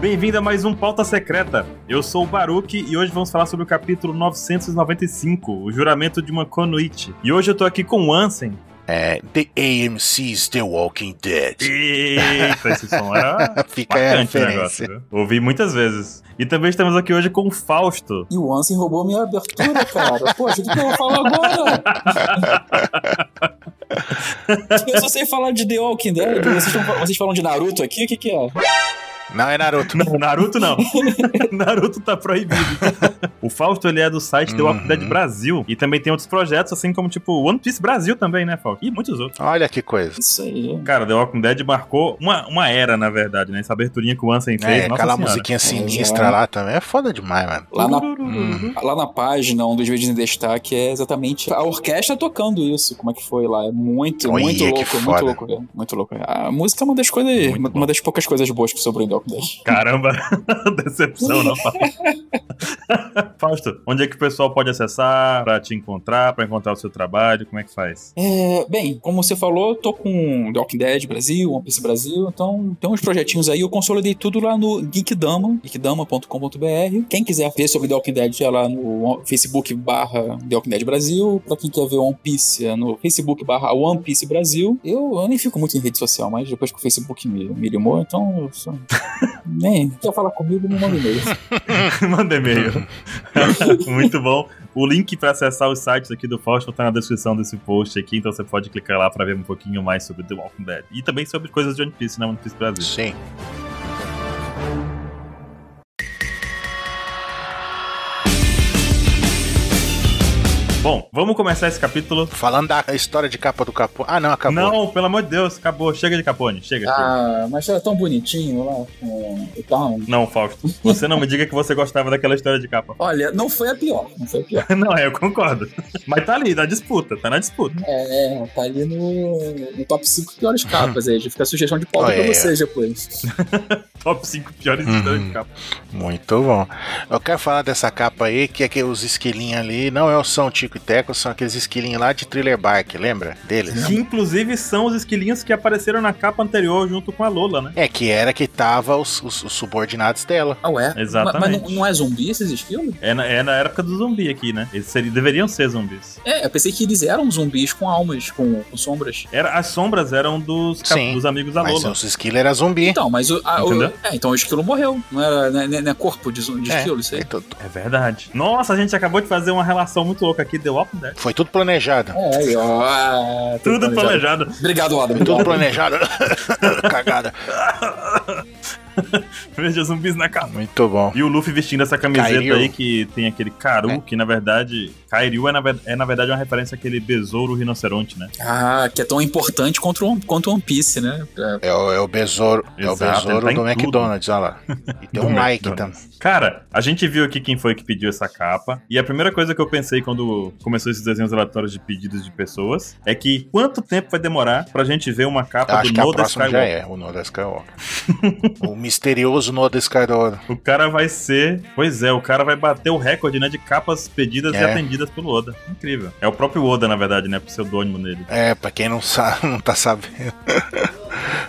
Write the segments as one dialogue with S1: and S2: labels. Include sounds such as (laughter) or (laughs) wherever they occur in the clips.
S1: Bem-vindo a mais um Pauta Secreta. Eu sou o Baruque e hoje vamos falar sobre o capítulo 995, o juramento de uma Konuichi. E hoje eu tô aqui com o Ansem.
S2: É, The AMC's The Walking Dead.
S1: (laughs) Eita, esse som
S2: (laughs)
S1: era
S2: Fica aí a
S1: marcante o
S2: referência.
S1: negócio. viu? Ouvi muitas vezes. E também estamos aqui hoje com o Fausto.
S3: E o Ansem roubou minha abertura, cara. Poxa, o que que eu vou falar agora? (laughs) Eu só sei falar de The Walking Dead. Vocês, tão- vocês falam de Naruto aqui? O que, que é?
S2: Não é Naruto.
S1: Não, Naruto
S2: (laughs)
S1: não. Naruto tá proibido. o Fausto, ele é do site The Walking Dead
S2: Uhum.
S1: Brasil. E também tem outros projetos, assim como, tipo, One Piece Brasil também, né, Fausto? E muitos outros.
S2: Olha que coisa.
S3: Isso aí.
S1: Cara, The Walking Dead marcou uma, uma era, na verdade, né? Essa aberturinha que o Ansem fez.
S2: É,
S1: nossa
S2: aquela
S1: senhora.
S2: musiquinha sinistra
S3: É.
S2: lá também é foda demais, mano.
S3: Lá na,
S1: Uhum.
S2: Hum.
S3: lá na página, um dos vídeos em destaque é exatamente a orquestra tocando isso. Como é que foi lá? É muito,
S2: Olha,
S3: muito
S2: que
S3: louco,
S2: foda.
S3: muito louco, velho. Muito louco. A música é uma das coisas,
S1: Muito
S3: uma,
S1: bom.
S3: uma das poucas coisas boas que sobrou em The Walking Dead.
S1: Caramba, (laughs) decepção não, Fausto. (laughs) Fausto, onde é que o pessoal pode acessar pra te encontrar, pra encontrar o seu trabalho? Como é que faz? (laughs)
S3: É, bem, como você falou, tô com The Walking Dead Brasil, One Piece Brasil, então tem uns projetinhos aí, eu consolidei tudo lá no Geekdama, geekdama.com.br. Quem quiser ver sobre The Walking Dead é lá no Facebook barra The Walking Dead Brasil, pra quem quer ver One Piece é no Facebook barra One Piece Brasil. Eu, eu nem fico muito em rede social, mas depois que o Facebook me, me limou, então eu só... (laughs) nem quer falar comigo, me manda um e-mail.
S1: Manda e-mail.
S3: Uhum.
S1: (laughs) Muito bom. O link pra acessar os sites aqui do Fausto tá na descrição desse post aqui, então você pode clicar lá pra ver um pouquinho mais sobre The Walking Dead. E também sobre coisas de One Piece, né? One Piece Brasil.
S2: Sim.
S1: Bom, vamos começar esse capítulo.
S2: Falando da história de capa do capô. Ah, não, acabou.
S1: Não, pelo amor de Deus, acabou. Chega de Capone, chega. chega.
S3: Ah, mas era tão bonitinho lá, com o carro.
S1: Não, Fausto, você não me diga que você gostava daquela história de capa.
S3: Olha, não foi a pior, não foi a pior.
S1: (laughs) Não, é, eu concordo. Mas tá ali, na disputa, tá na disputa.
S3: É, tá ali no, no top 5 piores capas aí. Já fica a sugestão de pauta
S1: É.
S2: Olha aí,
S3: pra vocês depois.
S1: Top 5 piores
S2: Uhum.
S1: histórias de capa.
S2: Muito bom. Eu quero falar dessa capa aí, que é que os esquilinhos ali não é o São Tico e Teco, são aqueles esquilinhos lá de Thriller Bark, lembra? Deles?
S1: Que inclusive são os esquilinhos que apareceram na capa anterior junto com a Lola, né?
S2: É, que era que tava os, os- os subordinados dela.
S3: Ah, ué?
S1: Exatamente.
S3: Mas, mas não, não é zumbi esses esquilos?
S1: É na, é na época do zumbi aqui, né? Eles seriam- deveriam ser zumbis.
S3: É, eu pensei que eles eram zumbis com almas, com, com sombras.
S1: Era, as sombras eram dos, cap-
S2: Sim,
S1: dos amigos da
S2: Mas
S1: Lola.
S2: os esquilos era zumbi.
S3: Então, mas o, a- o-
S1: Entendeu?
S3: é, então o esquilo morreu. Não era não é- não é corpo de, zum- de
S2: É.
S3: esquilo, isso aí.
S2: Então,
S1: É verdade. Nossa, a gente acabou de fazer uma relação muito louca aqui, The Walking Dead.
S2: Foi tudo planejado.
S3: É, aí, ó. Ah,
S1: Tudo planejado.
S3: Obrigado, Adam.
S2: Foi tudo
S3: Obrigado.
S2: planejado. (laughs) Cagada.
S1: Veja zumbis na capa.
S2: Muito bom.
S1: E o Luffy vestindo essa camiseta
S2: Kairyu.
S1: aí que tem aquele Karu, que na verdade. Kairyu é na, ver- é na verdade uma referência àquele besouro rinoceronte, né?
S3: Ah, que é tão importante quanto o One- quanto o One Piece, né? É,
S2: É o, é o besouro, é o
S1: Exato,
S2: besouro
S1: ele tá em
S2: do
S1: tudo.
S2: McDonald's, olha lá. E tem
S1: Do
S2: um like
S1: McDonald's.
S2: também.
S1: Cara, a gente viu aqui quem foi que pediu essa capa. E a primeira coisa que eu pensei quando começou esses desenhos relatórios de pedidos de pessoas é que quanto tempo vai demorar pra gente ver uma
S2: Eu
S1: capa
S2: acho
S1: Ah, do
S2: que a
S1: Noda
S2: próxima já
S1: Skywalker?
S2: é, o
S1: (laughs)
S2: Noda Skywalker. o misterioso Noda Skywalker.
S1: O cara vai ser. Pois é, o cara vai bater o recorde, né? De capas pedidas e
S2: É.
S1: atendidas pelo Oda. Incrível. É o próprio Oda, na verdade, né? Pseudônimo dele.
S2: É, pra quem não sabe, (laughs) não tá sabendo.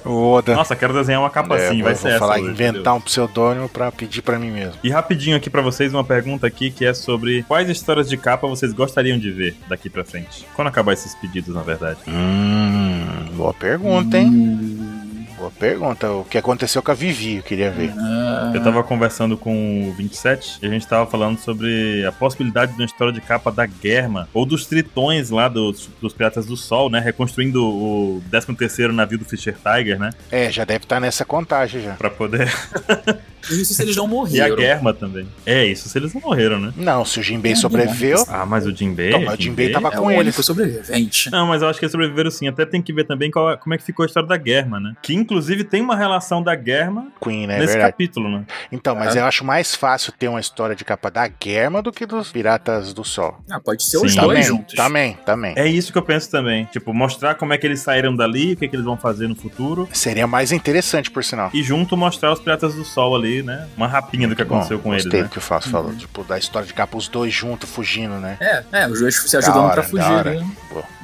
S2: o Oda.
S1: Nossa, quero desenhar uma capa
S2: É,
S1: assim,
S2: vou,
S1: vai
S2: vou
S1: ser
S2: falar,
S1: essa. hoje, meu
S2: inventar um pseudônimo pra pedir pra mim mesmo.
S1: E rapidinho aqui pra vocês uma pergunta aqui que é sobre quais histórias de capa vocês gostariam de ver daqui pra frente. Quando acabar esses pedidos, na verdade.
S2: Hum, boa pergunta, hein?
S3: Hum,
S2: Hum. Boa pergunta. O que aconteceu com a Vivi, eu queria ver.
S1: Hum.
S3: Ah,
S1: Eu tava conversando com o 27 e a gente tava falando sobre a possibilidade de uma história de capa da Guerma ou dos tritões lá dos, dos Piratas do Sol, né? Reconstruindo o 13º navio do Fischer Tiger, né?
S2: É, já deve estar nessa contagem já.
S1: Pra poder... (laughs)
S3: ah, Isso se eles não
S1: E a
S3: morreram.
S1: Guerma também. É isso, se eles não morreram, né?
S2: Não, se o Jinbei sobreviveu,
S1: Ah, mas o Jinbei...
S2: Então, mas o Jinbei tava
S3: É o
S2: com eles.
S3: único sobrevivente.
S1: Não, mas eu acho que eles sobreviveram sim. Até tem que ver também qual- como é que ficou a história da Guerma, né? Que inclusive tem uma relação da Guerma
S2: Queen, né? É
S1: nesse
S2: verdade.
S1: capítulo, né?
S2: Então, mas
S3: É.
S2: eu acho mais fácil ter uma história de capa da Guerma do que dos Piratas do Sol.
S3: Ah, pode ser os
S1: Sim.
S3: dois
S2: também,
S3: juntos.
S2: também, também.
S1: É isso que eu penso também. Tipo, mostrar como é que eles saíram dali, o que, é que eles vão fazer no futuro.
S2: Seria mais interessante, por sinal.
S1: É. E junto mostrar os Piratas do Sol ali, né? Uma rapinha do que aconteceu
S2: Bom,
S1: com eles,
S2: Gostei
S1: né?
S2: do que o Fausto falou.
S3: Uhum.
S2: Tipo, da história de capa, os dois juntos, fugindo, né?
S3: É, é, os dois se
S2: Da
S3: ajudando
S2: hora,
S3: pra
S2: da
S3: fugir,
S2: hora.
S3: né?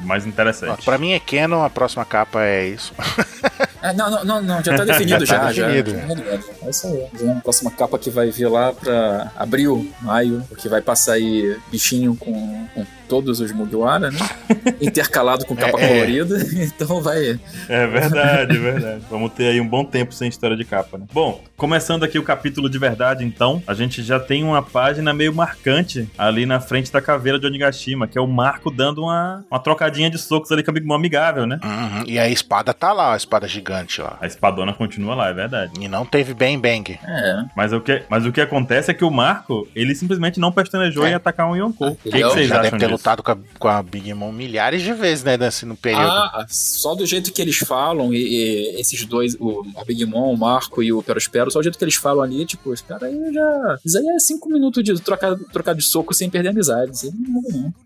S1: Mais
S2: Ó,
S1: interessante.
S2: Pra mim é Canon, a próxima capa é isso.
S3: Ah, não, não, não, não,
S2: (laughs)
S3: já tá definido
S2: Já
S3: já.
S2: tá definido.
S3: Já, tá definido, é isso aí. Vamos ver A próxima capa que vai vir lá pra abril, maio, porque vai passar aí bichinho com, com todos os
S2: (laughs)
S3: Mugiwara, né? Intercalado com capa
S2: É, é.
S3: colorida. (laughs) Então vai.
S1: É verdade, é verdade. Vamos ter aí um bom tempo sem história de capa, né? Bom, começando aqui o capítulo de verdade, então, a gente já tem uma página meio marcante ali na frente da caveira de Onigashima, que é o Marco dando uma, uma trocadinha de socos ali com a Big Mom amigável, né?
S2: Uhum, E a espada tá lá, a espada gigante lá.
S1: A espadona continua lá, é verdade.
S2: E não teve bem bang.
S3: É.
S1: Mas o que, mas o que acontece é que o Marco, ele simplesmente não pestanejou
S2: É.
S1: em atacar um Yonkou. O que, que
S3: Ele
S1: vocês
S2: já
S1: acham
S2: deve ter
S1: disso?
S2: lutado com a, com a Big Mom milhares de vezes, né, Dancy, no período.
S3: Ah, só do jeito que eles falam, e, e esses dois, o a Big Mom, o Marco e o Perospero, só do jeito que eles falam ali, tipo, os caras aí já. Isso aí é cinco minutos de trocar, trocar de soco sem perder a amizade. Isso aí não é bom,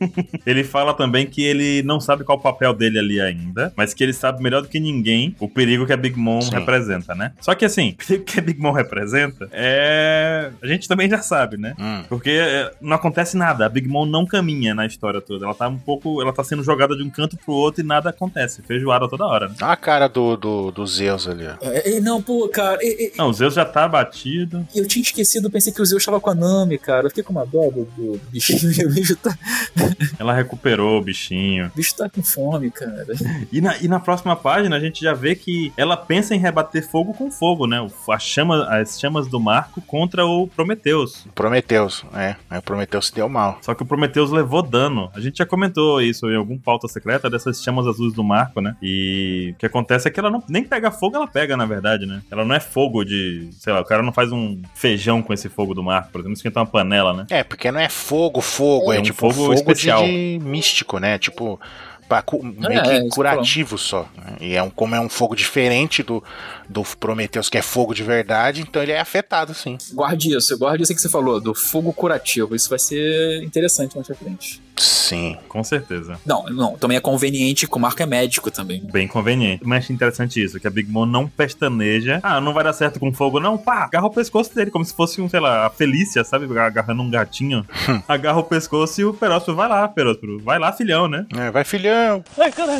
S3: não.
S1: Ele fala também que ele não sabe qual o papel dele ali ainda, mas que ele sabe melhor do que ninguém o perigo que a Big Mom
S2: Sim.
S1: representa, né? Só que assim, (laughs) o perigo que a Big Mom representa é. A gente também já sabe, né?
S2: Hum.
S1: Porque é, não acontece nada, a Big Mom não caminha na história toda. Ela tá um pouco. Ela tá sendo jogada de um canto pro outro e nada acontece. Feijoada toda hora, né?
S2: Olha a cara do, do, do Zeus ali, ó.
S3: É, é, não, pô, cara, é, é,
S1: Não, o Zeus já tá batido.
S3: eu tinha esquecido, pensei que o Zeus tava com a Nami, cara. Eu fiquei com uma dó do, do bichinho. (laughs) O bicho tá,
S1: Ela recuperou o bichinho.
S3: o bicho tá com fome, cara.
S1: E na, e na próxima página a gente já vê que ela pensa em rebater fogo com fogo, né? O- A chama, as chamas do Marco contra o Prometeus.
S2: Prometeus, é. Aí o Prometeus se deu mal.
S1: Só que o Prometheus levou dano. A gente já comentou isso em algum pauta secreta dessas chamas azuis do Marco, né? E o que acontece é que ela não, nem pega fogo, ela pega, na verdade, né? Ela não é fogo de. Sei lá, o cara não faz um feijão com esse fogo do Marco, por exemplo, esquenta uma panela, né?
S2: É, porque não é fogo, fogo, é,
S1: É um
S2: tipo
S1: fogo
S2: fogo, de-
S1: especial.
S2: de, místico, né? Tipo, pra cu- meio
S3: é,
S2: que
S3: isso que eu
S2: curativo só. né? E é um, como é um fogo diferente do, do Prometeus, que é fogo de verdade, então ele é afetado, sim.
S3: Guarde isso, guarde isso que você falou, do fogo curativo. Isso vai ser interessante mais pra frente.
S2: Sim.
S1: Com certeza.
S3: Não, não, também é conveniente que o Marco é médico também. né?
S1: Bem conveniente. Mas achei interessante isso, que a Big Mom não pestaneja. Ah, não vai dar certo com fogo, não. Pá, agarra o pescoço dele, como se fosse um, sei lá, a Felícia, sabe? Agarrando um gatinho. (laughs) agarra o pescoço e o Peróspero vai lá, Peróspero. Vai lá, filhão, né?
S2: É, vai, filhão!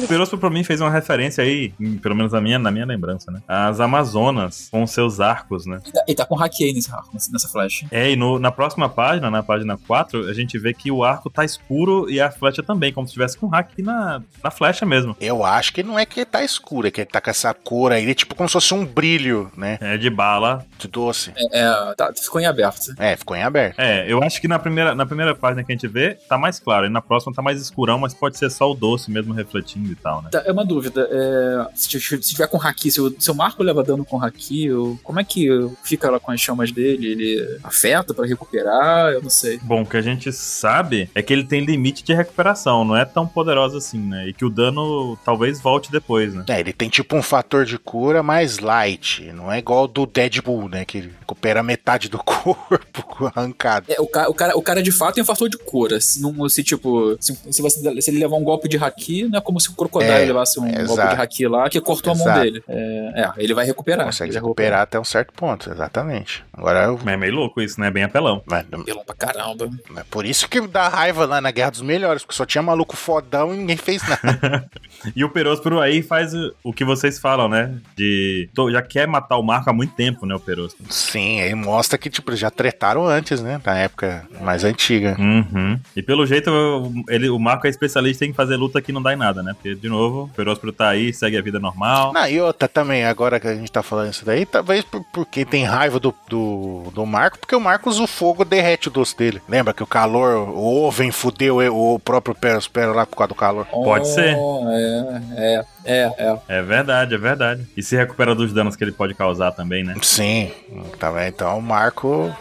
S1: Perosso pra mim fez uma referência aí, em- pelo menos na minha, na minha lembrança, né? As Amazonas com seus arcos, né?
S3: Ele tá- Ele tá com hackei nesse arco, nessa- nessa flecha.
S1: É, e no- na próxima página, na página 4, a gente vê que o arco tá escuro e a flecha também, como se tivesse com hack na, na flecha mesmo.
S2: Eu acho que não é que ele tá escuro, é que ele tá com essa cor aí, tipo como se fosse um brilho, né?
S1: É, de bala.
S2: De doce.
S3: É, é, tá, ficou em aberto.
S2: É, ficou em aberto.
S1: É, eu acho que na primeira, na primeira página que a gente vê, tá mais claro. E na próxima tá mais escurão, mas pode ser só o doce mesmo refletindo e tal, né?
S3: Tá, é uma dúvida. é, se, t- se tiver com haki, se o, se o Marco leva dano com haki, eu- como é que fica lá com as chamas dele? Ele afeta pra recuperar? Eu não sei.
S1: Bom, o que a gente sabe é que ele tem limite de recuperação, não é tão poderoso assim, né? E que o dano talvez volte depois, né?
S2: É, ele tem tipo um fator de cura mais light. Não é igual do Deadpool, né? Que ele recupera metade do (laughs) corpo arrancado.
S3: É, o, ca- o cara, o cara de fato tem um fator de cura. Se, não, se tipo, se, se você- se ele levar um golpe de haki, não é como se o crocodilo
S2: É,
S3: levasse um
S2: é,
S3: golpe
S2: exato.
S3: de haki lá que cortou a
S2: Exato.
S3: mão dele. É, é, ele vai recuperar.
S2: Consegue
S3: ele vai
S2: recuperar até um certo ponto, exatamente. Agora eu.
S1: Mas é meio louco isso, né? Bem apelão.
S2: Mas-
S3: Pelão pra caramba.
S2: mas é por isso que dá raiva lá na Guerra dos Melhores, porque só tinha maluco fodão e ninguém fez nada.
S1: E o Peróspero aí faz o- o que vocês falam, né? De. tô- já quer matar o Marco há muito tempo, né, o Peróspero?
S2: Sim, aí mostra que, tipo, já tretaram antes, né? Na época mais antiga.
S1: Uhum. E pelo jeito, o- ele, o Marco é especialista em fazer luta que não dá em nada, né? Porque, de novo, o Peróspero tá aí, segue a vida normal.
S2: Na Ah, e outra também, agora que a gente tá falando isso daí, talvez por- porque tem raiva do, do, do Marco, porque o Marcos, o fogo derrete o doce dele. Lembra que o calor, o Oven fudeu e- o próprio Perospero lá por causa do calor.
S1: Pode ser.
S3: É, é, é, é.
S1: É verdade, é verdade. E se recupera dos danos que ele pode causar também, né? (laughs)
S2: Sim, tá vendo? Então o Marco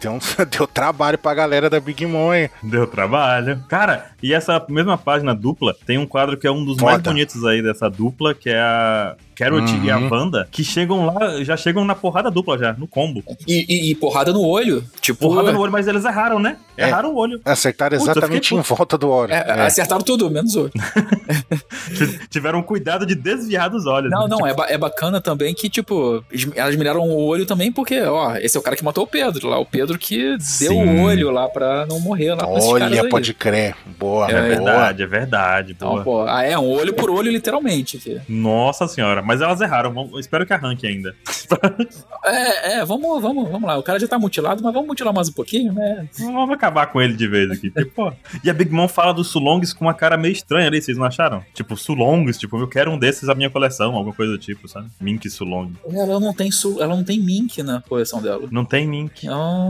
S2: deu, um- (laughs) deu trabalho pra galera da Big Mom, hein?
S1: Deu trabalho. Cara, e essa mesma página dupla tem um quadro que é um dos mais
S2: Foda.
S1: bonitos aí dessa dupla, que é a Carrot e a
S2: Uhum.
S1: Wanda, que chegam lá, já chegam na porrada dupla já, no combo.
S3: E, e- e porrada no olho. Tipo,
S1: Porrada no olho, mas eles erraram, né?
S2: É.
S1: Erraram o olho.
S2: Acertaram
S1: Putz, eu
S2: exatamente
S1: fiquei
S2: em volta do óleo.
S3: é, acertaram tudo, menos
S1: (laughs)
S3: o olho.
S1: (laughs) T- Tiveram cuidado de desviar dos olhos.
S3: Não,
S1: né?
S3: não, é, ba- é bacana também que, tipo, eles- elas miraram o olho também, porque, ó, esse é o cara que matou o Pedro lá. O Pedro que deu
S1: Sim.
S3: o olho lá pra não morrer lá pra esses caras
S2: Olha,
S3: aí.
S2: pode crer. Boa,
S1: É
S2: boa.
S1: verdade, é verdade.
S3: Então,
S1: boa.
S3: pô, ah, é um olho por olho, literalmente. aqui.
S1: Nossa senhora, Mas elas erraram. Vamos- Espero que arranque ainda.
S3: É, é, vamos, vamos, vamos lá. O cara já tá mutilado, mas vamos mutilar mais um pouquinho, né?
S1: Vamos acabar com ele de vez aqui. Porque, pô. E a Big Mom fala dos Sulongs com uma cara meio estranha ali, vocês não acharam? Tipo, Sulongs, tipo, eu quero um desses à minha coleção, alguma coisa do tipo, sabe? Mink Sulong.
S3: Ela não tem, su- ela não tem mink na coleção dela.
S1: Não tem Mink.
S3: Ah,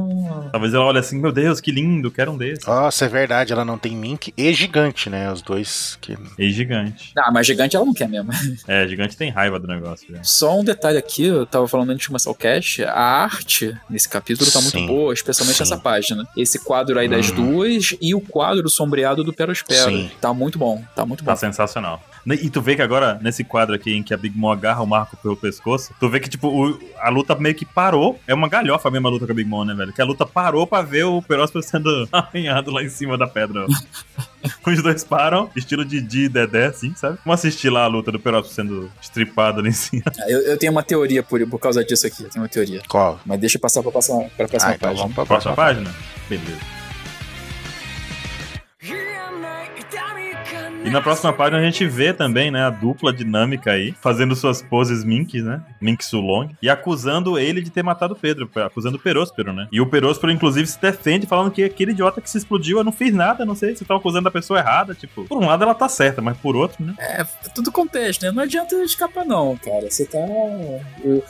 S1: Talvez ela olhe assim, meu Deus, que lindo, quero um desses.
S2: Nossa, é verdade, ela não tem mink e gigante, né? Os dois que.
S1: E gigante.
S3: Ah, mas gigante ela não quer mesmo. (laughs)
S1: É, gigante tem raiva do negócio. Já.
S3: Só um detalhe aqui, eu tava falando antes de começar o cast, a arte nesse capítulo tá muito
S2: Sim.
S3: boa, especialmente
S2: Sim.
S3: essa página. Esse quadro aí das
S2: Uhum.
S3: duas e o quadro sombreado do Peros Peros.
S2: Sim.
S3: Tá muito bom, tá muito bom.
S1: Tá sensacional. Ne- E tu vê que agora, nesse quadro aqui em que a Big Mom agarra o Marco pelo pescoço, tu vê que, tipo, o- a luta meio que parou. É uma galhofa mesmo a luta com a Big Mom, né, velho? Que a luta parou pra ver o Peróspero sendo (laughs) arranhado lá em cima da pedra. (laughs) Os dois param, estilo Didi e Dedé, assim, sabe? Vamos assistir lá a luta do Peróspero sendo estripado ali em cima.
S3: Eu, eu tenho uma teoria por, por causa disso aqui, eu tenho uma teoria.
S2: Qual?
S3: Mas deixa eu passar pra, passar, pra próxima
S2: Ah, então
S3: página.
S2: vamos pra
S1: Próxima
S2: próxima.
S1: página? Beleza. E na próxima página a gente vê também, né, a dupla dinâmica aí, fazendo suas poses minks, né? Mink Sulong. E acusando ele de ter matado o Pedro, acusando o Peróspero, né? E o Peróspero, inclusive, se defende falando que aquele idiota que se explodiu, eu não fiz nada, não sei, você tá acusando a pessoa errada, tipo. Por um lado ela tá certa, mas por outro, né?
S3: É, tudo contexto, né? Não adianta escapar, não, cara. Você tá. (laughs) Eu,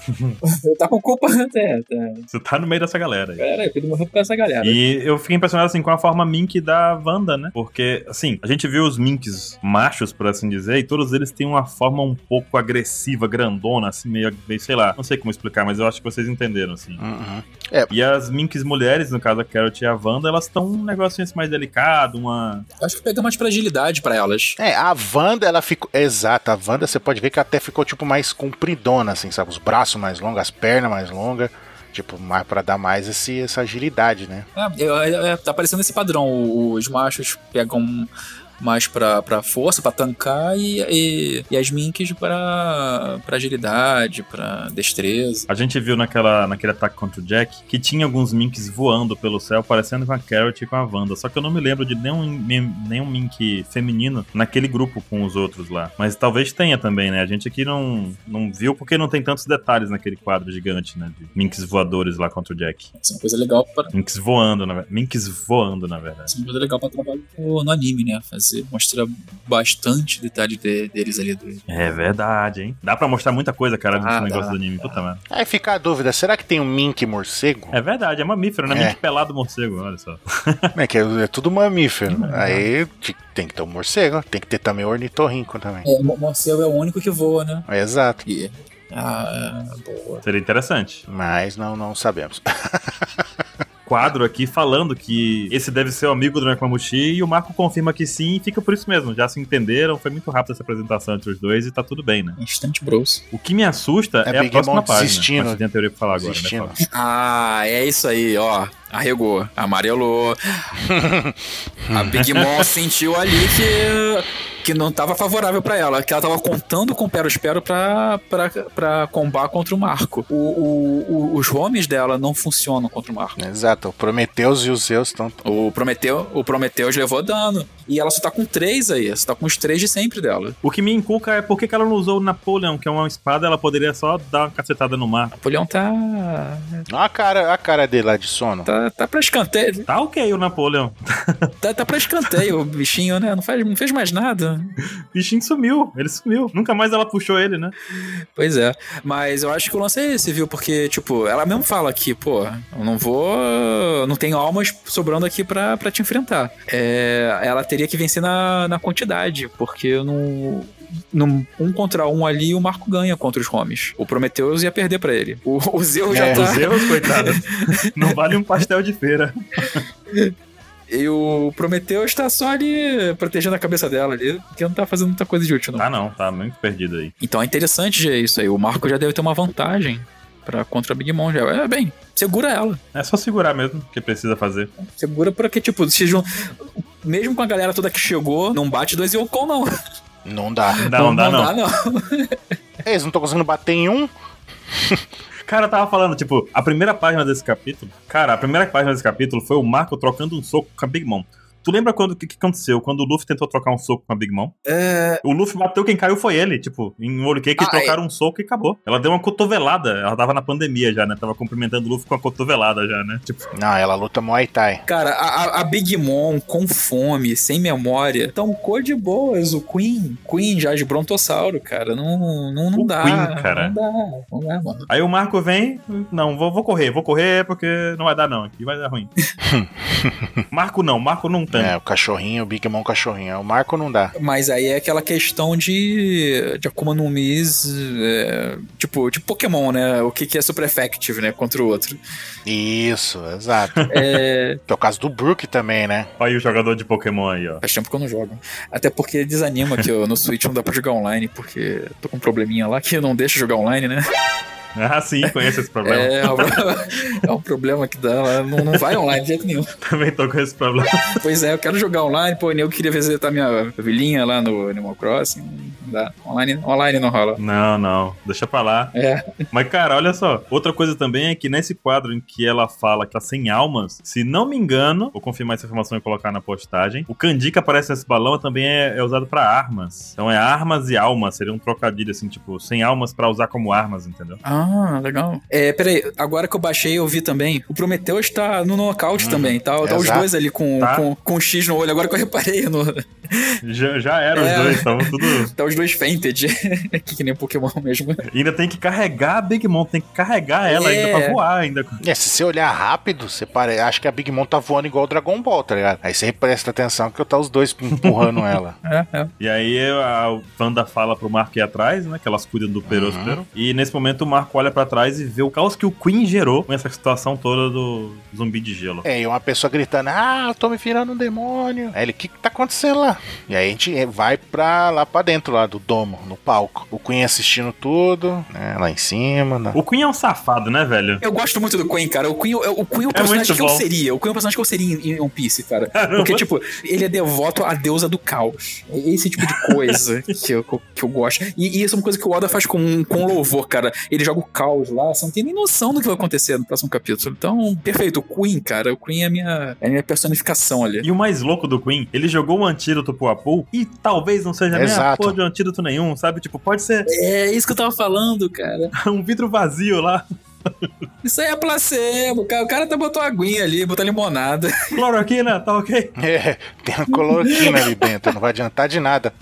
S3: eu tá com culpa até. Tá.
S1: Você tá no meio dessa galera aí.
S3: Galera, eu quero morrer por causa dessa galera.
S1: E eu fiquei impressionado assim com a forma mink da Wanda, né? Porque, assim, a gente viu os minks machos, por assim dizer, e todos eles têm uma forma um pouco agressiva, grandona, assim, meio, meio sei lá, não sei como explicar, mas eu acho que vocês entenderam, assim.
S2: Uhum.
S1: E as minks mulheres, no caso a Carrot e a Wanda, elas estão um negocinho assim mais delicado, uma.
S3: Acho que pega mais fragilidade pra elas.
S2: É, a Wanda, ela ficou. Exato, a Wanda, você pode ver que até ficou, tipo, mais compridona, assim, sabe? Os braços mais longos, as pernas mais longas. Tipo, mais pra dar mais esse, essa agilidade, né?
S3: É, é, é, tá aparecendo esse padrão. O- Os machos pegam mais pra, pra força, pra tancar, e, e, e as minks pra, pra agilidade, pra destreza.
S1: A gente viu naquela, naquele ataque contra o Jack que tinha alguns minks voando pelo céu, parecendo com a Carrot e com a Wanda. Só que eu não me lembro de nenhum, nem- nenhum mink feminino naquele grupo com os outros lá. Mas talvez tenha também, né? A gente aqui não, não viu porque não tem tantos detalhes naquele quadro gigante, né? De minks voadores lá contra o Jack.
S3: Isso é uma coisa legal pra.
S1: Minks voando, na verdade. Minks voando, na verdade.
S3: Isso é uma coisa legal pra trabalhar no no anime, né? Fazer, mostrar bastante detalhe de- deles ali. Do...
S1: É verdade, hein? Dá pra mostrar muita coisa, cara, desse
S3: Ah,
S1: negócio
S3: dá,
S1: do anime. Puta merda.
S2: Aí fica a dúvida, será que tem um mink morcego?
S1: É verdade, é mamífero, né?
S2: É.
S1: Mink pelado morcego, olha só.
S2: É que é, é tudo mamífero. Aí t- tem que ter um morcego, tem que ter também o ornitorrinco também.
S3: É, o Morcego é o único que voa, né?
S2: Exato.
S3: E- Ah, boa.
S1: Seria interessante.
S2: Mas não, não sabemos. (laughs)
S1: quadro aqui falando que esse deve ser o amigo do Nakamushi e o Marco confirma que sim e fica por isso mesmo. Já se entenderam, foi muito rápido essa apresentação entre os dois e tá tudo bem, né?
S3: Instante Bros.
S1: O que me assusta é,
S2: É
S1: a
S2: Big
S1: próxima
S2: Mom
S1: página.
S2: desistindo.
S1: Mas você tem a teoria pra falar agora,
S2: Desistindo.
S1: né?
S3: Ah, é isso aí, ó. Arregou, amarelou. A Big Mom sentiu ali que, que não tava favorável pra ela, que ela tava contando com o Pero Espero pra, pra, pra combar contra o Marco. O, o- o- os homens dela não funcionam contra o Marco.
S2: Exato. O Prometeus e os Zeus estão.
S3: O Prometeu, o Prometeus levou dano. E ela só tá com três aí, só tá com os três de sempre dela.
S1: O que me inculca é por que que ela não usou o Napoleão, que é uma espada, ela poderia só dar uma cacetada no mar.
S3: Napoleão tá.
S2: Olha a cara, a cara dele lá de sono.
S3: tá, tá pra escanteio.
S1: Tá ok o (laughs) Napoleão.
S3: Tá, tá pra escanteio o bichinho, né? Não, faz, não fez mais nada.
S1: O bichinho sumiu, ele sumiu. Nunca mais ela puxou ele, né?
S3: Pois é. Mas eu acho que o lance é esse, viu? Porque, tipo, ela mesmo fala que, pô, eu não vou. Não tenho almas sobrando aqui pra, pra te enfrentar. É, ela teria que vencer na, na quantidade, porque no, no um contra um ali o Marco ganha contra os homens. O Prometheus ia perder pra ele. O, o Zeus já
S2: É,
S1: O
S3: tá.
S1: Zeus, coitado. (laughs) não vale um pastel de feira.
S3: E o Prometheus tá só ali protegendo a cabeça dela ali, porque não tá fazendo muita coisa de útil, não.
S1: Tá não, tá muito perdido aí.
S3: Então é interessante já isso aí. O Marco já deve ter uma vantagem pra, contra a Big Mom já. É, bem, segura ela.
S1: É só segurar mesmo, que precisa fazer.
S3: Segura porque, tipo, se jun... mesmo com a galera toda que chegou, não bate dois e Yokon, não.
S2: Não dá.
S1: Não dá, não, dá, não.
S3: dá, não.
S2: Eles não estão conseguindo bater em um.
S1: Cara, eu tava falando, tipo, a primeira página desse capítulo. Cara, a primeira página desse capítulo foi o Marco trocando um soco com a Big Mom. Tu lembra quando o que, que aconteceu? Quando o Luffy tentou trocar um soco com a Big Mom?
S3: É...
S1: O Luffy bateu, quem caiu foi ele. Tipo, em Olho Cake, eles
S3: Ah, é.
S1: trocaram um soco e acabou. Ela deu uma cotovelada. Ela tava na pandemia já, né? Tava cumprimentando o Luffy com a cotovelada já, né? Tipo,
S2: Não, ela luta Muay Thai.
S3: Cara, a, a- a Big Mom com fome, sem memória, tancou de boas o Queen. Queen já de brontossauro, cara. Não, não, não
S1: O
S3: dá.
S1: Queen, cara.
S3: Não dá. Não dá, mano.
S1: aí o Marco vem. Não, vou, vou correr, vou correr porque não vai dar não aqui, vai dar
S3: (laughs)
S1: ruim. Marco não, Marco não tanca.
S2: É, o cachorrinho, o Big Mom cachorrinho. O Marco não dá.
S3: Mas aí é aquela questão de, de Akuma no Mis, é, tipo, de Pokémon, né? O que, que é super effective, né? Contra o outro.
S2: Isso, exato. (laughs)
S3: É,
S2: Que é o caso do Brook também, né?
S1: Olha aí o jogador de Pokémon aí, ó.
S3: faz tempo que eu não jogo. Até porque desanima que eu, no Switch não dá pra jogar online, porque tô com um probleminha lá que não deixa jogar online, né?
S1: Ah, sim, conheço esse problema.
S3: É, é um- (laughs) é um problema que dá, não, não vai online de jeito nenhum.
S1: Também tô com esse problema.
S3: Pois é, eu quero jogar online, pô, eu queria visitar minha vilinha lá no Animal Crossing, não dá. Online, online não rola.
S1: Não, não, deixa pra lá.
S3: É,
S1: Mas, cara, olha só. Outra coisa também é que nesse quadro em que ela fala que tá sem almas, se não me engano, vou confirmar essa informação e colocar na postagem, o candi que aparece nesse balão também é, é usado pra armas. Então é armas e almas, seria um trocadilho assim, tipo, sem almas pra usar como armas, entendeu?
S3: Ah, legal. É, peraí, agora que eu baixei, eu vi também. O Prometheus tá no nocaute
S2: Uhum.
S3: também, tá? Tá os
S2: Exato.
S3: dois ali com,
S1: Tá.
S3: com, com um X no olho, agora que eu reparei. No,
S1: Já, já eram
S3: É.
S1: os dois, estavam tudo.
S3: tá os dois fainted, (laughs) que nem Pokémon mesmo.
S1: Ainda tem que carregar a Big Mom, tem que carregar ela
S3: É.
S1: ainda pra voar ainda.
S2: É, se você olhar rápido, você pare... acha que a Big Mom tá voando igual o Dragon Ball, tá ligado? Aí você presta atenção que eu tá os dois empurrando ela.
S3: É, é.
S1: E aí a Wanda fala pro Marco ir atrás, né? Que elas cuidam do Peróspero. E nesse momento o Marco olha pra trás e vê o caos que o Queen gerou com essa situação toda do zumbi de gelo.
S2: É, e uma pessoa gritando, ah, eu tô me virando um demônio. Aí ele, o que que tá acontecendo lá? E aí a gente vai pra lá pra dentro, lá do domo, no palco. O Queen assistindo tudo, né, lá em cima. na- (laughs)
S1: O Queen é um safado, né, velho?
S3: Eu gosto muito do Queen, cara. O Queen, o Queen é o personagem
S1: muito
S3: que eu
S1: bom.
S3: seria. O Queen é o personagem que eu seria em, em One Piece, cara. Porque, tipo, ele é devoto à deusa do caos. É Esse tipo de
S1: (laughs)
S3: coisa que, eu, que eu gosto. E, e isso é uma coisa que o Oda faz com, com louvor, cara. Ele joga o caos lá, você não tem nem noção do que vai acontecer no próximo capítulo. Então, perfeito. O Queen, cara, o Queen é a minha, é a minha personificação ali.
S1: E o mais louco do Queen, ele jogou um antídoto pro Apu e talvez não seja nem a
S2: Exato.
S1: porra de um antídoto nenhum, sabe? Tipo, pode ser (laughs)
S3: É isso que eu tava falando, cara.
S1: um vidro vazio lá.
S3: Isso aí é placebo, cara. O cara até botou aguinha ali, botou limonada.
S1: Cloroquina, tá ok? (laughs)
S2: É, tem uma cloroquina ali dentro, não vai adiantar de nada.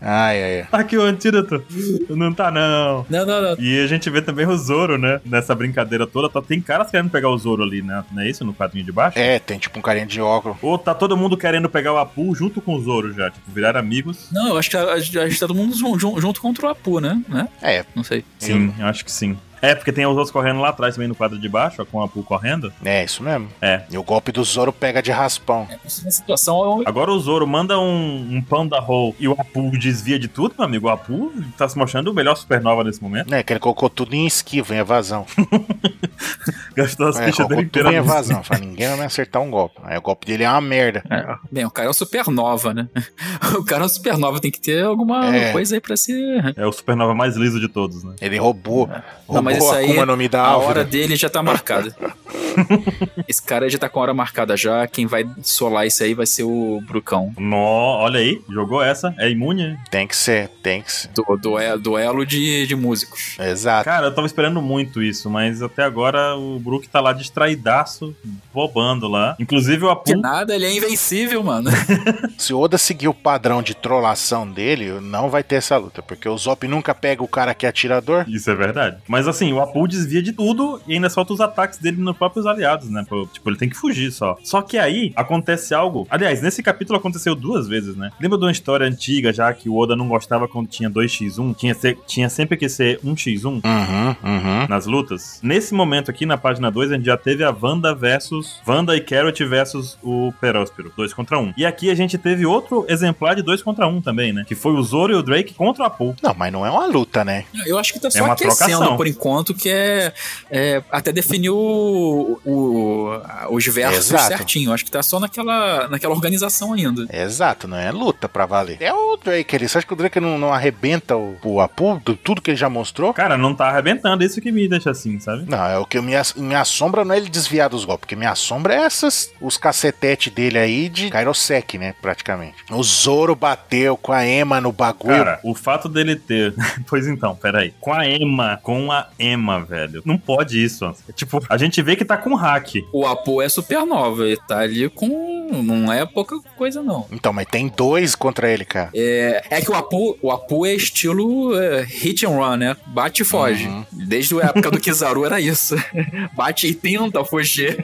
S2: Ai, ai, ai.
S1: Tá aqui o antídoto. Não tá, não.
S3: Não, não, não.
S1: E a gente vê também o Zoro, né? Nessa brincadeira toda. Tá, tem caras querendo pegar o Zoro ali, né? Não é isso? No quadrinho de baixo?
S2: É, tem tipo um carinha de óculos.
S1: Ou tá todo mundo querendo pegar o Apu junto com o Zoro já? Tipo, viraram amigos?
S3: Não, eu acho que a, a gente tá todo mundo jun- jun- junto contra o Apu, né? né?
S2: É.
S3: Não sei.
S1: Sim, eu acho que sim. É, porque tem os outros correndo lá atrás também no quadro de baixo, ó, com o Apu correndo.
S2: É, isso mesmo.
S1: É.
S2: E o golpe do Zoro pega de raspão.
S3: Nessa situação, eu...
S1: Agora o Zoro manda um, um panda roll e o Apu desvia de tudo, meu amigo. O Apu tá se mostrando o melhor supernova nesse momento. (laughs)
S2: É, que ele colocou tudo em esquiva, em evasão.
S1: Gastou as
S2: É,
S1: fichas dele
S2: colocou tudo em
S1: inteiras.
S2: evasão. Fala, ninguém vai me acertar um golpe. Aí o golpe dele é uma merda.
S3: É, Bem, o cara é um supernova, né? (laughs) O cara é um supernova, tem que ter alguma
S2: É.
S3: coisa aí pra ser.
S1: É o supernova mais liso de todos, né?
S2: Ele roubou.
S3: Não, mas
S2: roubou
S3: isso
S2: a
S3: aí
S2: Akuma no Mi
S1: Ah,
S2: da
S3: A
S2: Árvore.
S3: hora dele já
S1: (laughs)
S3: tá marcada. Esse cara já tá com a hora marcada já. Quem vai solar isso aí vai ser o Brucão.
S1: Nó, olha aí, jogou essa. É imune, né?
S2: Tem que ser, tem que ser.
S3: Du- due- duelo é, de, de músicos.
S2: Exato.
S1: Cara, eu tava esperando muito isso, mas até agora o Brook tá lá distraidaço, bobando lá. Inclusive o Apu.
S3: Que nada, ele é invencível, mano.
S2: Se o Oda seguir o padrão de trollação dele, não vai ter essa luta. Porque o Zop nunca pega o cara que é atirador.
S1: Isso é verdade. Mas assim, o Apu desvia de tudo e ainda solta os ataques dele nos próprios aliados, né? Pô, Tipo, ele tem que fugir só. Só que aí acontece algo. Aliás, nesse capítulo aconteceu duas vezes, né? Lembra de uma história antiga já que o Oda não gostava quando tinha 2x1? Tinha, se- tinha sempre que ser 1x1?
S2: Uhum, uhum.
S1: nas lutas. Nesse momento aqui, na página 2, a gente já teve a Wanda versus... Wanda e Carrot versus o Peróspero. 2 contra 1. Um. E aqui a gente teve outro exemplar de 2 contra 1 um também, né? Que foi o Zoro e o Drake contra a Paul.
S2: Não, mas não é uma luta, né?
S3: Eu acho que tá
S1: É
S3: só
S1: uma
S3: aquecendo
S1: trocação.
S3: por quanto que é, é, até definiu o, o- a- os versos
S2: Exato.
S3: certinho. Acho que tá só naquela, naquela organização ainda.
S2: Exato, não é luta pra valer. É o Drake ali. Você acha que o Drake não, não arrebenta o, o Apu, do- tudo que ele já mostrou?
S1: Cara, não tá arrebentando, isso que me deixa assim, sabe?
S2: Não, é o que me, ass- me assombra não é ele desviar dos golpes, porque me assombra é essas, os cacetete dele aí de Kairosek, né, praticamente. O Zoro bateu com a Ema no bagulho.
S1: Cara, o fato dele ter. (laughs) pois então, peraí. Com a Emma, com a Emma, velho. Não pode isso, Anson. É Tipo, a gente vê que tá com hack. (laughs)
S3: O Apo é supernova, ele tá ali com. Não é pouca coisa, não.
S2: Então, mas tem dois contra ele, cara.
S3: É, é que o Apu, o Apu é estilo é, hit and run, né? Bate e foge.
S2: Uhum.
S3: Desde a época do Kizaru era isso. (laughs) Bate e tenta fugir.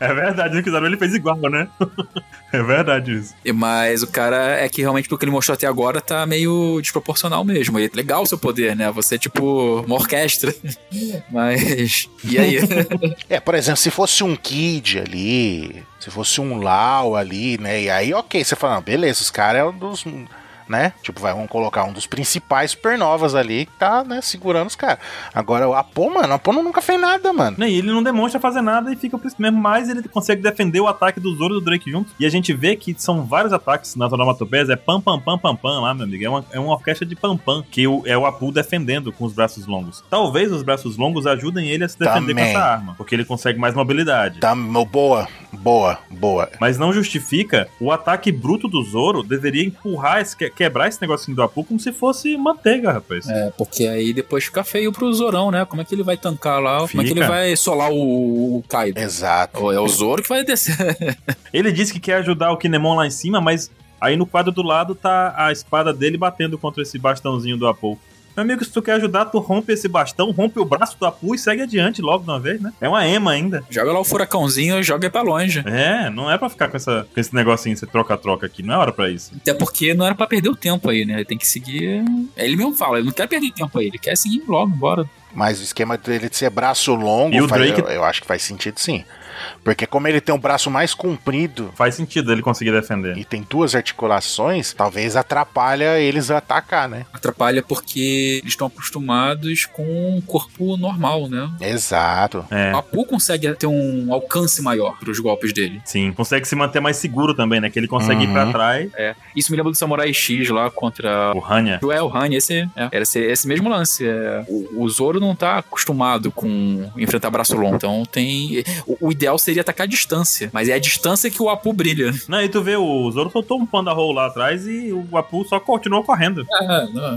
S1: É verdade, o Kizaru ele fez igual, né? (laughs) é verdade isso.
S3: E- Mas o cara é que realmente pelo que ele mostrou até agora tá meio desproporcional mesmo. E é legal o seu poder, né? Você é tipo uma orquestra. (laughs) Mas. E aí?
S2: É, por exemplo, se fosse um Kid ali, se fosse um Lau ali, né? E aí, ok, você fala, não, beleza, os caras é um dos. Né? Tipo, vai, vamos colocar um dos principais supernovas ali que tá, né, segurando os caras. Agora, o Apo, mano, o Apo nunca fez nada, mano.
S1: E ele não demonstra fazer nada e fica por isso mesmo, mas ele consegue defender o ataque do Zoro e do Drake junto. E a gente vê que são vários ataques nas onomatopeias, é pam pam pam pam pam lá, meu amigo. É uma, é uma orquestra de pam pam, que o- é o Apu defendendo com os braços longos. Talvez os braços longos ajudem ele a se defender
S2: Também.
S1: com essa arma, porque ele consegue mais mobilidade.
S2: Tá, meu, boa, boa, boa.
S1: Mas não justifica o ataque bruto do Zoro deveria empurrar, esse, que- quebrar esse negocinho do Apu como se fosse manteiga, rapaz.
S3: É, porque aí depois fica feio pro Zorão, né? Como é que ele vai tancar lá? Como é que
S1: Fica.
S3: ele vai solar o, o Kaido?
S2: Exato.
S3: É o Zoro que vai descer.
S1: Ele disse que quer ajudar o Kinemon lá em cima, mas aí no quadro do lado tá a espada dele batendo contra esse bastãozinho do Apu. Meu amigo, se tu quer ajudar, tu rompe esse bastão, rompe o braço do Apu e segue adiante logo de uma vez, né? É uma ema ainda.
S3: Joga lá o furacãozinho e joga pra longe.
S1: É, não é pra ficar com, essa, com esse negocinho, esse troca-troca aqui, não é hora pra isso.
S3: Até porque não era pra perder o tempo aí, né? Ele tem que seguir. é, Ele mesmo fala, ele não quer perder tempo aí, ele quer seguir logo, embora.
S2: Mas o esquema dele de ser braço longo,
S1: E o
S2: faz-
S1: Drake-
S2: eu, eu acho que faz sentido sim. Porque como ele tem um braço mais comprido
S1: Faz sentido ele conseguir defender.
S2: e tem duas articulações, talvez atrapalha eles a atacar, né?
S3: Atrapalha porque eles estão acostumados com um corpo normal, né?
S2: Exato.
S1: É.
S3: O Apu consegue ter um alcance maior pros golpes dele.
S1: Sim, consegue se manter mais seguro também, né? Que ele consegue ir pra
S2: Uhum.
S1: trás.
S3: Isso me lembra do Samurai X lá contra
S1: O Hanya.
S3: O El Han, esse, é, era esse, esse mesmo lance. é, o, o Zoro não tá acostumado com enfrentar braço longo. Então tem. O, o ideal seria atacar a distância. Mas é a distância que o Apu brilha.
S1: Não, e tu vê, o Zoro soltou um panda roll lá atrás e o Apu só continuou correndo.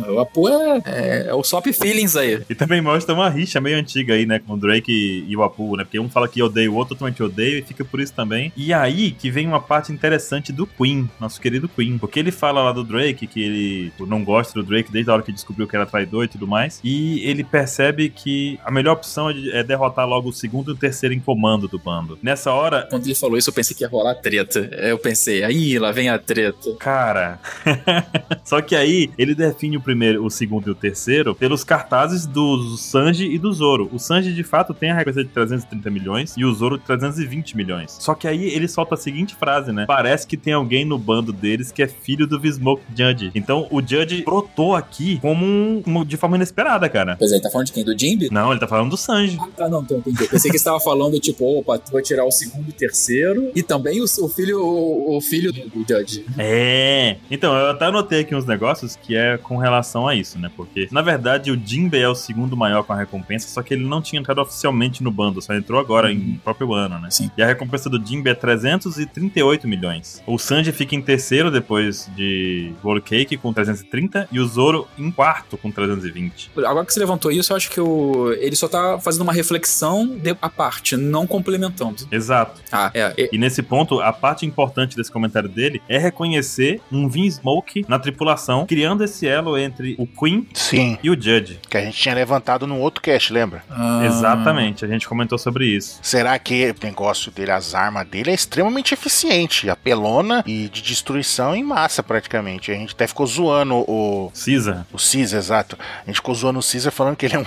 S3: o Apu é, o Sop Feelings aí.
S1: E também mostra uma rixa meio antiga aí, né? Com o Drake e e o Apu, né? Porque um fala que odeia o outro, totalmente odeia e fica por isso também. E aí que vem uma parte interessante do Queen, nosso querido Queen. Porque ele fala lá do Drake, que ele não gosta do Drake desde a hora que descobriu que era traidor e tudo mais. E ele percebe que a melhor opção é de- é derrotar logo o segundo e o terceiro em comando do bando. Nessa hora,
S3: Quando ele falou isso, eu pensei que ia rolar treta. É, Eu pensei, aí lá vem a treta.
S1: Cara. (laughs) Só que aí ele define o primeiro, o segundo e o terceiro pelos cartazes do Sanji e do Zoro. O Sanji de fato tem a recompensa de 330 milhões e o Zoro de 320 milhões. Só que aí ele solta a seguinte frase, né? Parece que tem alguém no bando deles que é filho do Vismoke Judge. Então o Judge brotou aqui como um, como de forma inesperada, cara.
S3: Pois é, tá falando de quem? Do Jimby?
S1: Não, ele tá falando do Sanji.
S3: Ah, tá, não, então entendi. Eu pensei que você tava falando, tipo, opa, tu vai tirar o segundo e o terceiro. E também o, o filho o, o filho do Judge.
S1: É. Então, eu até anotei aqui uns negócios que é com relação a isso, né? Porque, na verdade, o Jinbei é o segundo maior com a recompensa, só que ele não tinha entrado oficialmente no bando, só entrou agora, em próprio ano, né?
S3: Sim.
S1: E a recompensa do Jinbei é 338 milhões. O Sanji fica em terceiro depois de Gold Cake com 330 e o Zoro em quarto com 320.
S3: Agora que você levantou isso, eu acho que o, ele só tá fazendo uma reflexão de- à parte, não complementando.
S1: Exato.
S3: Ah, é. é,
S1: E nesse ponto, a parte importante desse comentário dele é reconhecer um Vin Smoke na tripulação, criando esse elo entre o Queen
S2: Sim.
S1: e o Judge.
S2: Que a gente tinha levantado num outro cast, lembra?
S3: ah,
S1: Exatamente, a gente comentou sobre isso.
S2: Será que o negócio dele, as armas dele, é extremamente eficiente, apelona e de destruição em massa, praticamente. A gente até ficou zoando o,
S1: Caesar.
S2: o Caesar, exato. A gente ficou zoando o Caesar falando que ele é um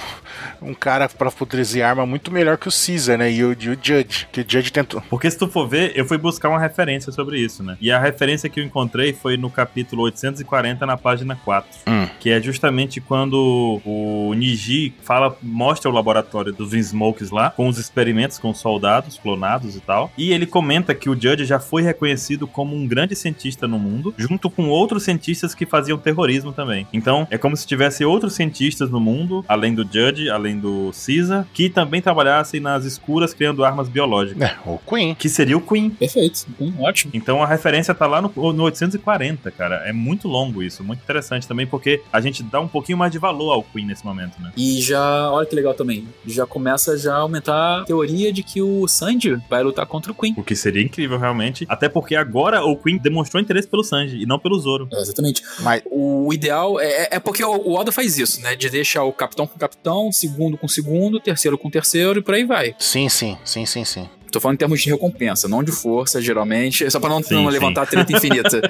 S2: um (laughs) cara pra produzir arma muito melhor que o Caesar, né? E o, e o Judge, que o Judge tentou. (laughs)
S1: Porque se tu for ver, eu fui buscar uma referência sobre isso, né? E a referência que eu encontrei foi no capítulo 840, na página 4.
S2: Hum.
S1: Que é justamente quando o Niji fala, mostra o laboratório dos Smokes lá, com os experimentos com soldados clonados e tal. E ele comenta que o Judge já foi reconhecido como um grande cientista no mundo, junto com outros cientistas que faziam terrorismo também. Então, é como se tivesse outros cientistas no mundo, além do Judge, além do Caesar, que também trabalhassem nas escuras criando armas biológicas.
S2: É, o Queen.
S1: Que seria o Queen.
S3: Perfeito. Então, ótimo.
S1: Então a referência tá lá no, no 840, cara. É muito longo isso, muito interessante também, porque a gente dá um pouquinho mais de valor ao Queen nesse momento, né?
S3: E já, olha que legal também, já começa já a aumentar a teoria de que o Sanji vai lutar contra o Queen.
S1: O que seria incrível, realmente. Até porque agora o Queen demonstrou interesse pelo Sanji e não pelo Zoro.
S3: É, exatamente.
S2: Mas,
S3: O ideal é, é porque o, o Oda faz isso, né? De deixar o capitão com capitão, segundo com segundo, terceiro com terceiro e por aí vai.
S2: sim, sim, sim, sim, sim.
S3: Tô falando em termos de recompensa, não de força, geralmente, só pra não,
S1: Sim,
S3: não
S1: sim.
S3: levantar a
S1: (laughs)
S3: treta infinita.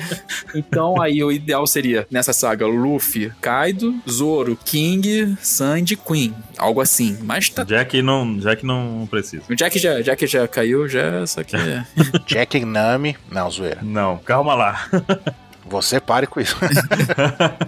S3: então aí o ideal seria, nessa saga, Luffy, Kaido, Zoro, King, Sandy, Queen. Algo assim. Mas tá.
S1: Jack não, Jack não precisa.
S3: O Jack já, Jack já caiu, já, só
S1: (laughs)
S3: que.
S2: Jack Nami. Não, zoeira.
S1: Não, calma lá.
S2: Você pare com isso.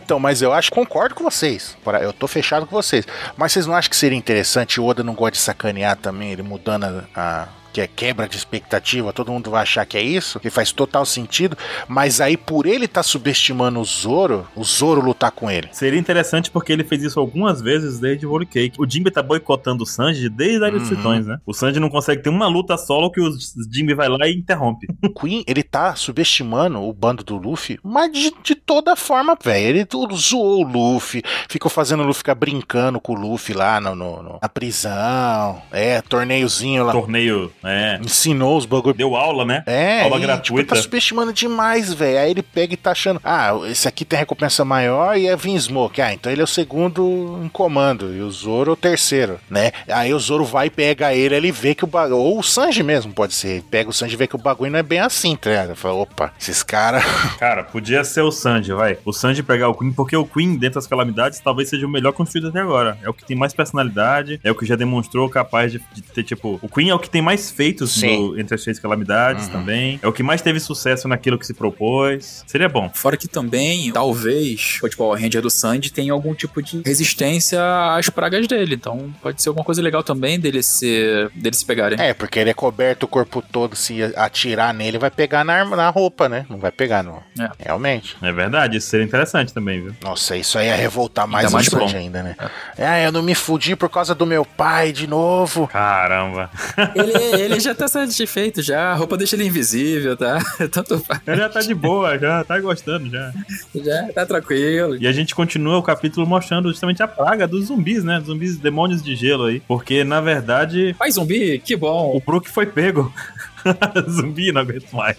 S2: então, mas eu acho, concordo com vocês. Pra- Eu tô fechado com vocês. Mas vocês não acham que seria interessante? O Oda não gosta de sacanear também, ele mudando a. a- que é quebra de expectativa, todo mundo vai achar que é isso, que faz total sentido, mas aí por ele tá subestimando o Zoro, o Zoro lutar com ele.
S1: Seria interessante porque ele fez isso algumas vezes desde o Holy Cake. O Jimmy tá boicotando o Sanji desde a Ilha dos
S2: Uhum.
S1: Tritões, né? O Sanji não consegue ter uma luta solo que o Jimmy vai lá e interrompe.
S2: O Queen, ele tá subestimando o bando do Luffy, mas de, de toda forma, velho. Ele tu- zoou o Luffy, ficou fazendo o Luffy ficar brincando com o Luffy lá no, no- no- na prisão, é, torneiozinho lá.
S1: Torneio, é.
S2: Ensinou os bagulho.
S1: Deu aula, né?
S2: É,
S1: Aula
S2: e,
S1: gratuita.
S2: Tipo, tá subestimando demais, velho. Aí ele pega e tá achando, ah, esse aqui tem recompensa maior e é Vin Smoke. Ah, então ele é o segundo em comando e o Zoro é o terceiro, né? Aí o Zoro vai e pega ele, ele vê que o bagulho. Ou o Sanji mesmo, pode ser. Ele Pega o Sanji e vê que o bagulho não é bem assim, tá ligado? Ele Fala, opa, esses caras.
S1: Cara, podia ser o Sanji, vai. O Sanji pegar o Queen, porque o Queen, dentro das calamidades, talvez seja o melhor construído até agora. É o que tem mais personalidade, é o que já demonstrou capaz de, de ter, tipo. O Queen é o que tem mais feitos
S2: Sim.
S1: no- entre as seis calamidades
S2: Uhum.
S1: também. É o que mais teve sucesso naquilo que se propôs. Seria bom.
S3: Fora que também, talvez, o Power Ranger do Sandy tem algum tipo de resistência às pragas dele. Então pode ser alguma coisa legal também dele se, dele se pegarem.
S2: (laughs) É, porque ele é coberto o corpo todo, se atirar nele, vai pegar na, arma- na roupa, né? Não vai pegar, não.
S3: É.
S2: Realmente.
S1: É verdade, isso seria interessante também, viu?
S2: Nossa, isso aí ia revoltar mais,
S3: Ainda mais
S2: o Sanji
S3: bom.
S2: ainda, né? É, eu não me fudi por causa do meu pai de novo.
S1: Caramba. (laughs)
S3: Ele, ele já tá satisfeito, já. A roupa deixa ele invisível, tá? (laughs) Tanto faz.
S1: Ele já tá de boa, já tá gostando já.
S3: Já tá tranquilo.
S1: E a gente continua o capítulo mostrando justamente a praga dos zumbis, né? Zumbis demônios de gelo aí. Porque, na verdade,
S3: Faz zumbi, que bom.
S1: O Brook foi pego. (laughs) Zumbi, não aguento mais.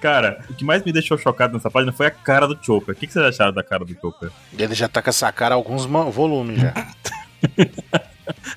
S1: cara, o que mais me deixou chocado nessa página foi a cara do Chopper. O que, que vocês acharam da cara do Chopper? (laughs)
S2: Ele já tá com essa cara há alguns ma- volumes
S3: (laughs)
S2: já.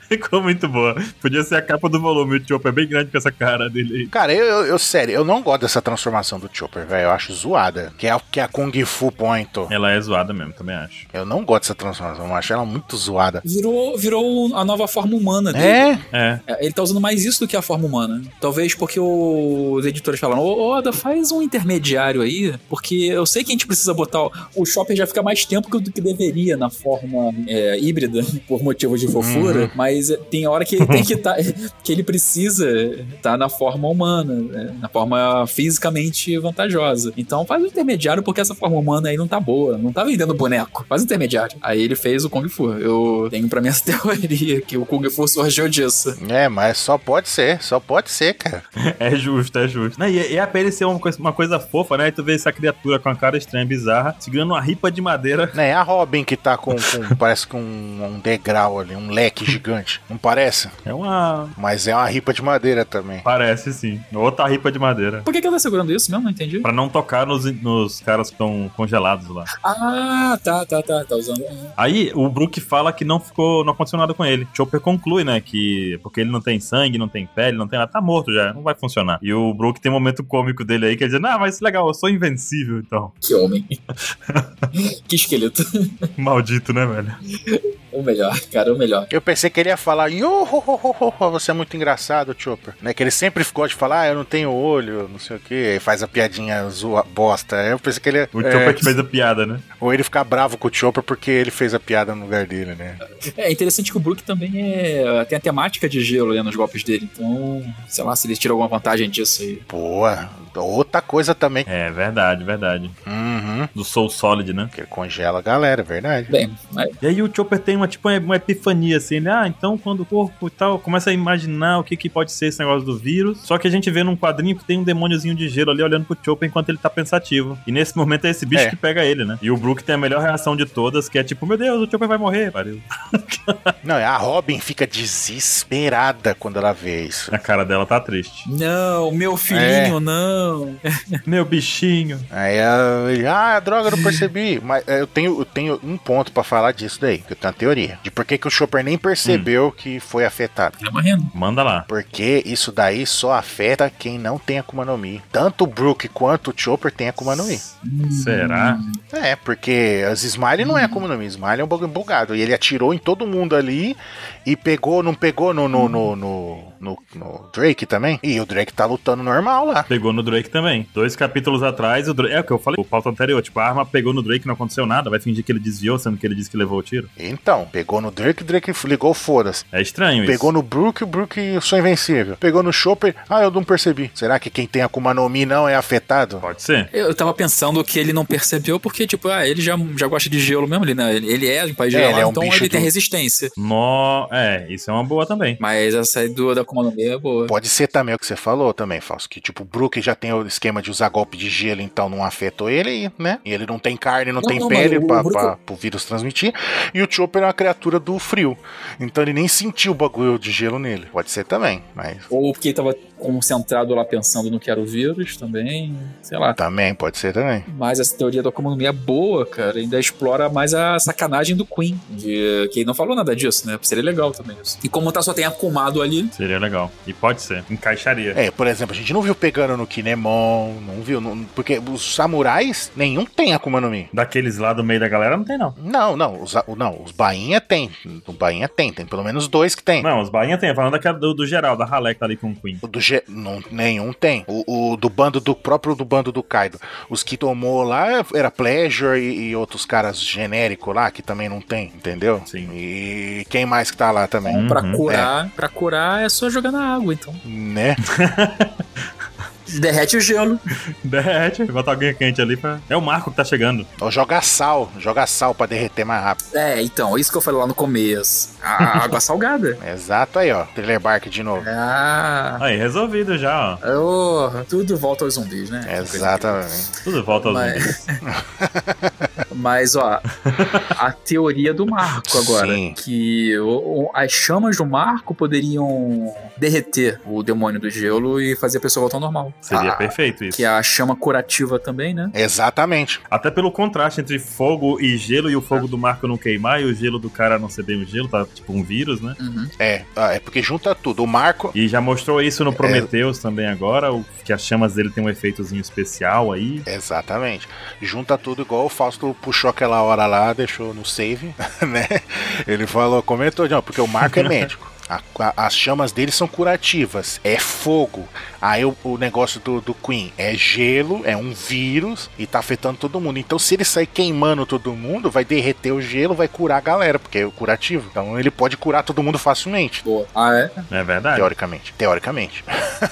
S1: Ficou muito boa. Podia ser a capa do volume. O Chopper é bem grande com essa cara dele
S2: Cara, eu, eu, eu- sério, eu não gosto dessa transformação do Chopper, velho. Eu acho zoada. Que é o que a Kung Fu Point.
S1: aí. Ela é zoada mesmo, também acho.
S2: Eu não gosto dessa transformação, eu acho ela muito zoada.
S3: Virou, virou a nova forma humana dele.
S2: É?
S1: É.
S3: É, Ele tá usando mais isso do que a forma humana. Talvez porque o- os editores falaram, ô Oda, faz um intermediário aí, porque eu sei que a gente precisa botar. o- O shopper já fica mais tempo que- do que deveria na forma é, híbrida, (laughs) por motivos de fofura, mas é, tem hora que ele tem que tá, (laughs) que ele precisa estar na forma humana, né? na forma fisicamente vantajosa. Então faz um intermediário, porque essa forma humana aí não tá boa, não tá vendendo boneco. Faz um intermediário. Aí ele fez o Kung Fu. Eu tenho pra mim essa (laughs) teoria que o Kung Fu surgiu disso.
S2: É, mas só pode ser, só pode ser, cara.
S1: É justo, é justo. Não, e, e a pele ser uma coisa, uma coisa fofa, né? E tu vê essa criatura com a cara estranha, bizarra, segurando uma ripa de madeira.
S2: Né, a Robin que tá com, com- (laughs) parece que um, um degrau ali, um leque gigante. Não parece?
S1: É uma.
S2: Mas é uma ripa de madeira também.
S1: Parece sim. Outra ripa de madeira.
S3: Por que, que ela tá segurando isso mesmo? Não entendi.
S1: Pra não tocar nos, nos caras que estão congelados lá.
S3: Ah, tá, tá, tá. Tá usando.
S1: Aí o Brook fala que não ficou, não aconteceu nada com ele. Chopper conclui, né, que porque ele não tem sangue, não tem pele, não tem nada, tá morto já, não vai funcionar. E o Brook tem um momento cômico dele aí que ele diz: "Ah, mas legal, eu sou invencível então". (laughs)
S3: (laughs) Que homem. que esqueleto.
S1: Maldito, né, velho?
S4: o melhor, cara, o melhor.
S2: Eu pensei que ele ia falar, yo, ho, ho, ho, ho, você é muito engraçado, Chopper. Né? Que ele sempre ficou de falar, ah, eu não tenho olho, não sei o que, faz a piadinha zoa, bosta. Eu pensei que ele ia-
S1: O
S2: é,
S1: Chopper que fez a piada, né?
S2: Ou ele ficar bravo com o Chopper porque ele fez a piada no lugar dele, né?
S3: É interessante que o Brook também é, tem a temática de gelo né, nos golpes dele. Então, sei lá se ele tira alguma vantagem disso aí.
S2: Boa. Outra coisa também.
S1: É, verdade, verdade.
S2: Uhum.
S1: Do Soul Solid, né?
S2: Que ele congela a galera, é verdade.
S3: Bem, mas
S1: E aí o Chopper tem uma, tipo, uma epifania, assim, ele, ah, então quando o corpo e tal, começa a imaginar o que, que pode ser esse negócio do vírus. Só que a gente vê num quadrinho que tem um demôniozinho de gelo ali olhando pro Chopper enquanto ele tá pensativo. E nesse momento é esse bicho
S2: É.
S1: que pega ele, né? E o Brook tem a melhor reação de todas, que é tipo, meu Deus, o Chopper vai morrer. Pariu.
S2: Não, a Robin fica desesperada quando ela vê isso.
S1: A cara dela tá triste.
S3: não, meu filhinho, não.
S1: (laughs) meu bichinho.
S2: Aí ela, ele, ah, droga, eu não percebi. Mas é, eu tenho, eu tenho um ponto pra falar disso daí, que eu tenho uma teoria. De por que, que o Chopper nem percebeu que foi afetado.
S3: Tá morrendo.
S1: Manda lá.
S2: Porque isso daí só afeta quem não tem Akuma no Mi. Tanto o Brook quanto o Chopper tem Akuma no Mi.
S1: Hum. Será?
S2: É, porque as Smiley não é Akuma no Mi, Smiley é um bagulho bugado. E ele atirou em todo mundo ali e pegou, não pegou no, no, no, no, no- no Drake também. E o Drake tá lutando normal lá.
S1: Pegou no Drake também. Dois capítulos atrás, o Drake. É o que eu falei, o pauta anterior. Tipo, a arma pegou no Drake, não aconteceu nada. Vai fingir que ele desviou, sendo que ele disse que levou o tiro.
S2: Então, pegou no Drake, Drake ligou, foda-se.
S1: É estranho isso.
S2: Pegou no Brook, o Brook eu sou invencível. Pegou no Chopper, ah, eu não percebi. Será que quem tem Akuma no Mi não é afetado?
S1: Pode ser.
S3: Eu tava pensando que ele não percebeu, porque, tipo, ah, ele já, já gosta de gelo mesmo, ele, né? ele, ele é um pai de
S2: É,
S3: gelo,
S2: ele é um
S3: então
S2: bicho
S3: ele tem
S2: do-
S3: resistência.
S1: No... É, isso é uma boa também.
S3: Mas essa do, da Akuma no Mi é boa.
S2: Pode ser também o que você falou também, Falso, que tipo, o Brook já tem o esquema de usar golpe de gelo, então não afetou ele, né? E ele não tem carne, não,
S3: Não,
S2: tem
S3: não,
S2: pele
S3: mas o
S2: pra,
S3: Brook-
S2: pra- pro vírus transmitir. E o Chopper é uma criatura do frio. Então ele nem sentiu o bagulho de gelo nele. Pode ser também, mas
S3: Ou porque ele tava concentrado lá pensando no que era o vírus também, sei lá.
S2: também, pode ser também.
S3: Mas essa teoria do Akuma no Mi é boa, cara. Ainda explora mais a sacanagem do Queen. De, que ele não falou nada disso, né? Seria legal também isso. E como tá só tem Akumado ali.
S1: Seria legal. E pode ser. Encaixaria.
S2: É, por exemplo, a gente não viu pegando no Kinemon, não viu, não- porque os samurais, nenhum tem Akuma no Mi.
S1: Daqueles lá do meio da galera não tem, não.
S2: Não, não, os, o- não, os Bainha tem. O Bainha tem, tem pelo menos dois que tem.
S1: Não, os bainhas tem. Falando daquela do, do geral, da ralé que tá ali com o Queen. (laughs)
S2: O do G, não, nenhum tem. O, o do bando do próprio do bando do Kaido. Os que tomou lá era Pleasure e, e outros caras genéricos lá que também não tem, entendeu?
S1: Sim.
S2: E quem mais que tá lá também,
S1: Hum.
S3: Pra
S1: Uhum,
S3: curar, pra curar é só jogar na água, então.
S2: né?
S3: Derrete o gelo.
S1: Derrete. Bota alguém quente ali pra. É o Marco que tá chegando.
S2: Ou joga sal, joga sal pra derreter mais rápido.
S3: É, então, isso que eu falei lá no começo. A água (laughs) salgada.
S2: Exato aí, ó. Thriller Bark de
S1: É,
S2: novo.
S3: Ah.
S1: Aí, resolvido já, ó.
S3: Oh, tudo volta aos zumbis, né?
S2: Exatamente.
S1: Tudo volta aos zumbis.
S3: Mas, (laughs) mas, ó, a teoria do Marco agora.
S2: Sim.
S3: Que o- o- as chamas do Marco poderiam derreter o demônio do gelo e fazer a pessoa voltar ao normal.
S1: Seria
S3: Ah,
S1: perfeito isso.
S3: Que é a chama curativa também, né?
S2: Exatamente.
S1: Até pelo contraste entre fogo e gelo, e o fogo do Marco não queimar, e o gelo do cara não ser bem o gelo, tá tipo um vírus, né?
S2: É, ah, é porque junta tudo. O Marco,
S1: E já mostrou isso
S3: É.
S1: no Prometheus também agora, o- que as chamas dele tem um efeitozinho especial aí.
S2: Exatamente. Junta tudo igual o Fausto puxou aquela hora lá, deixou no save, (laughs) né? Ele falou, comentou, não, porque o Marco é médico. A- a- as chamas dele são curativas, é fogo. Aí o, o negócio do, do Queen é gelo, é um vírus e tá afetando todo mundo. Então, se ele sair queimando todo mundo, vai derreter o gelo, vai curar a galera, porque é o curativo. Então, ele pode curar todo mundo facilmente.
S3: Boa. Ah, é?
S1: É verdade.
S2: Teoricamente. Teoricamente.
S1: Tá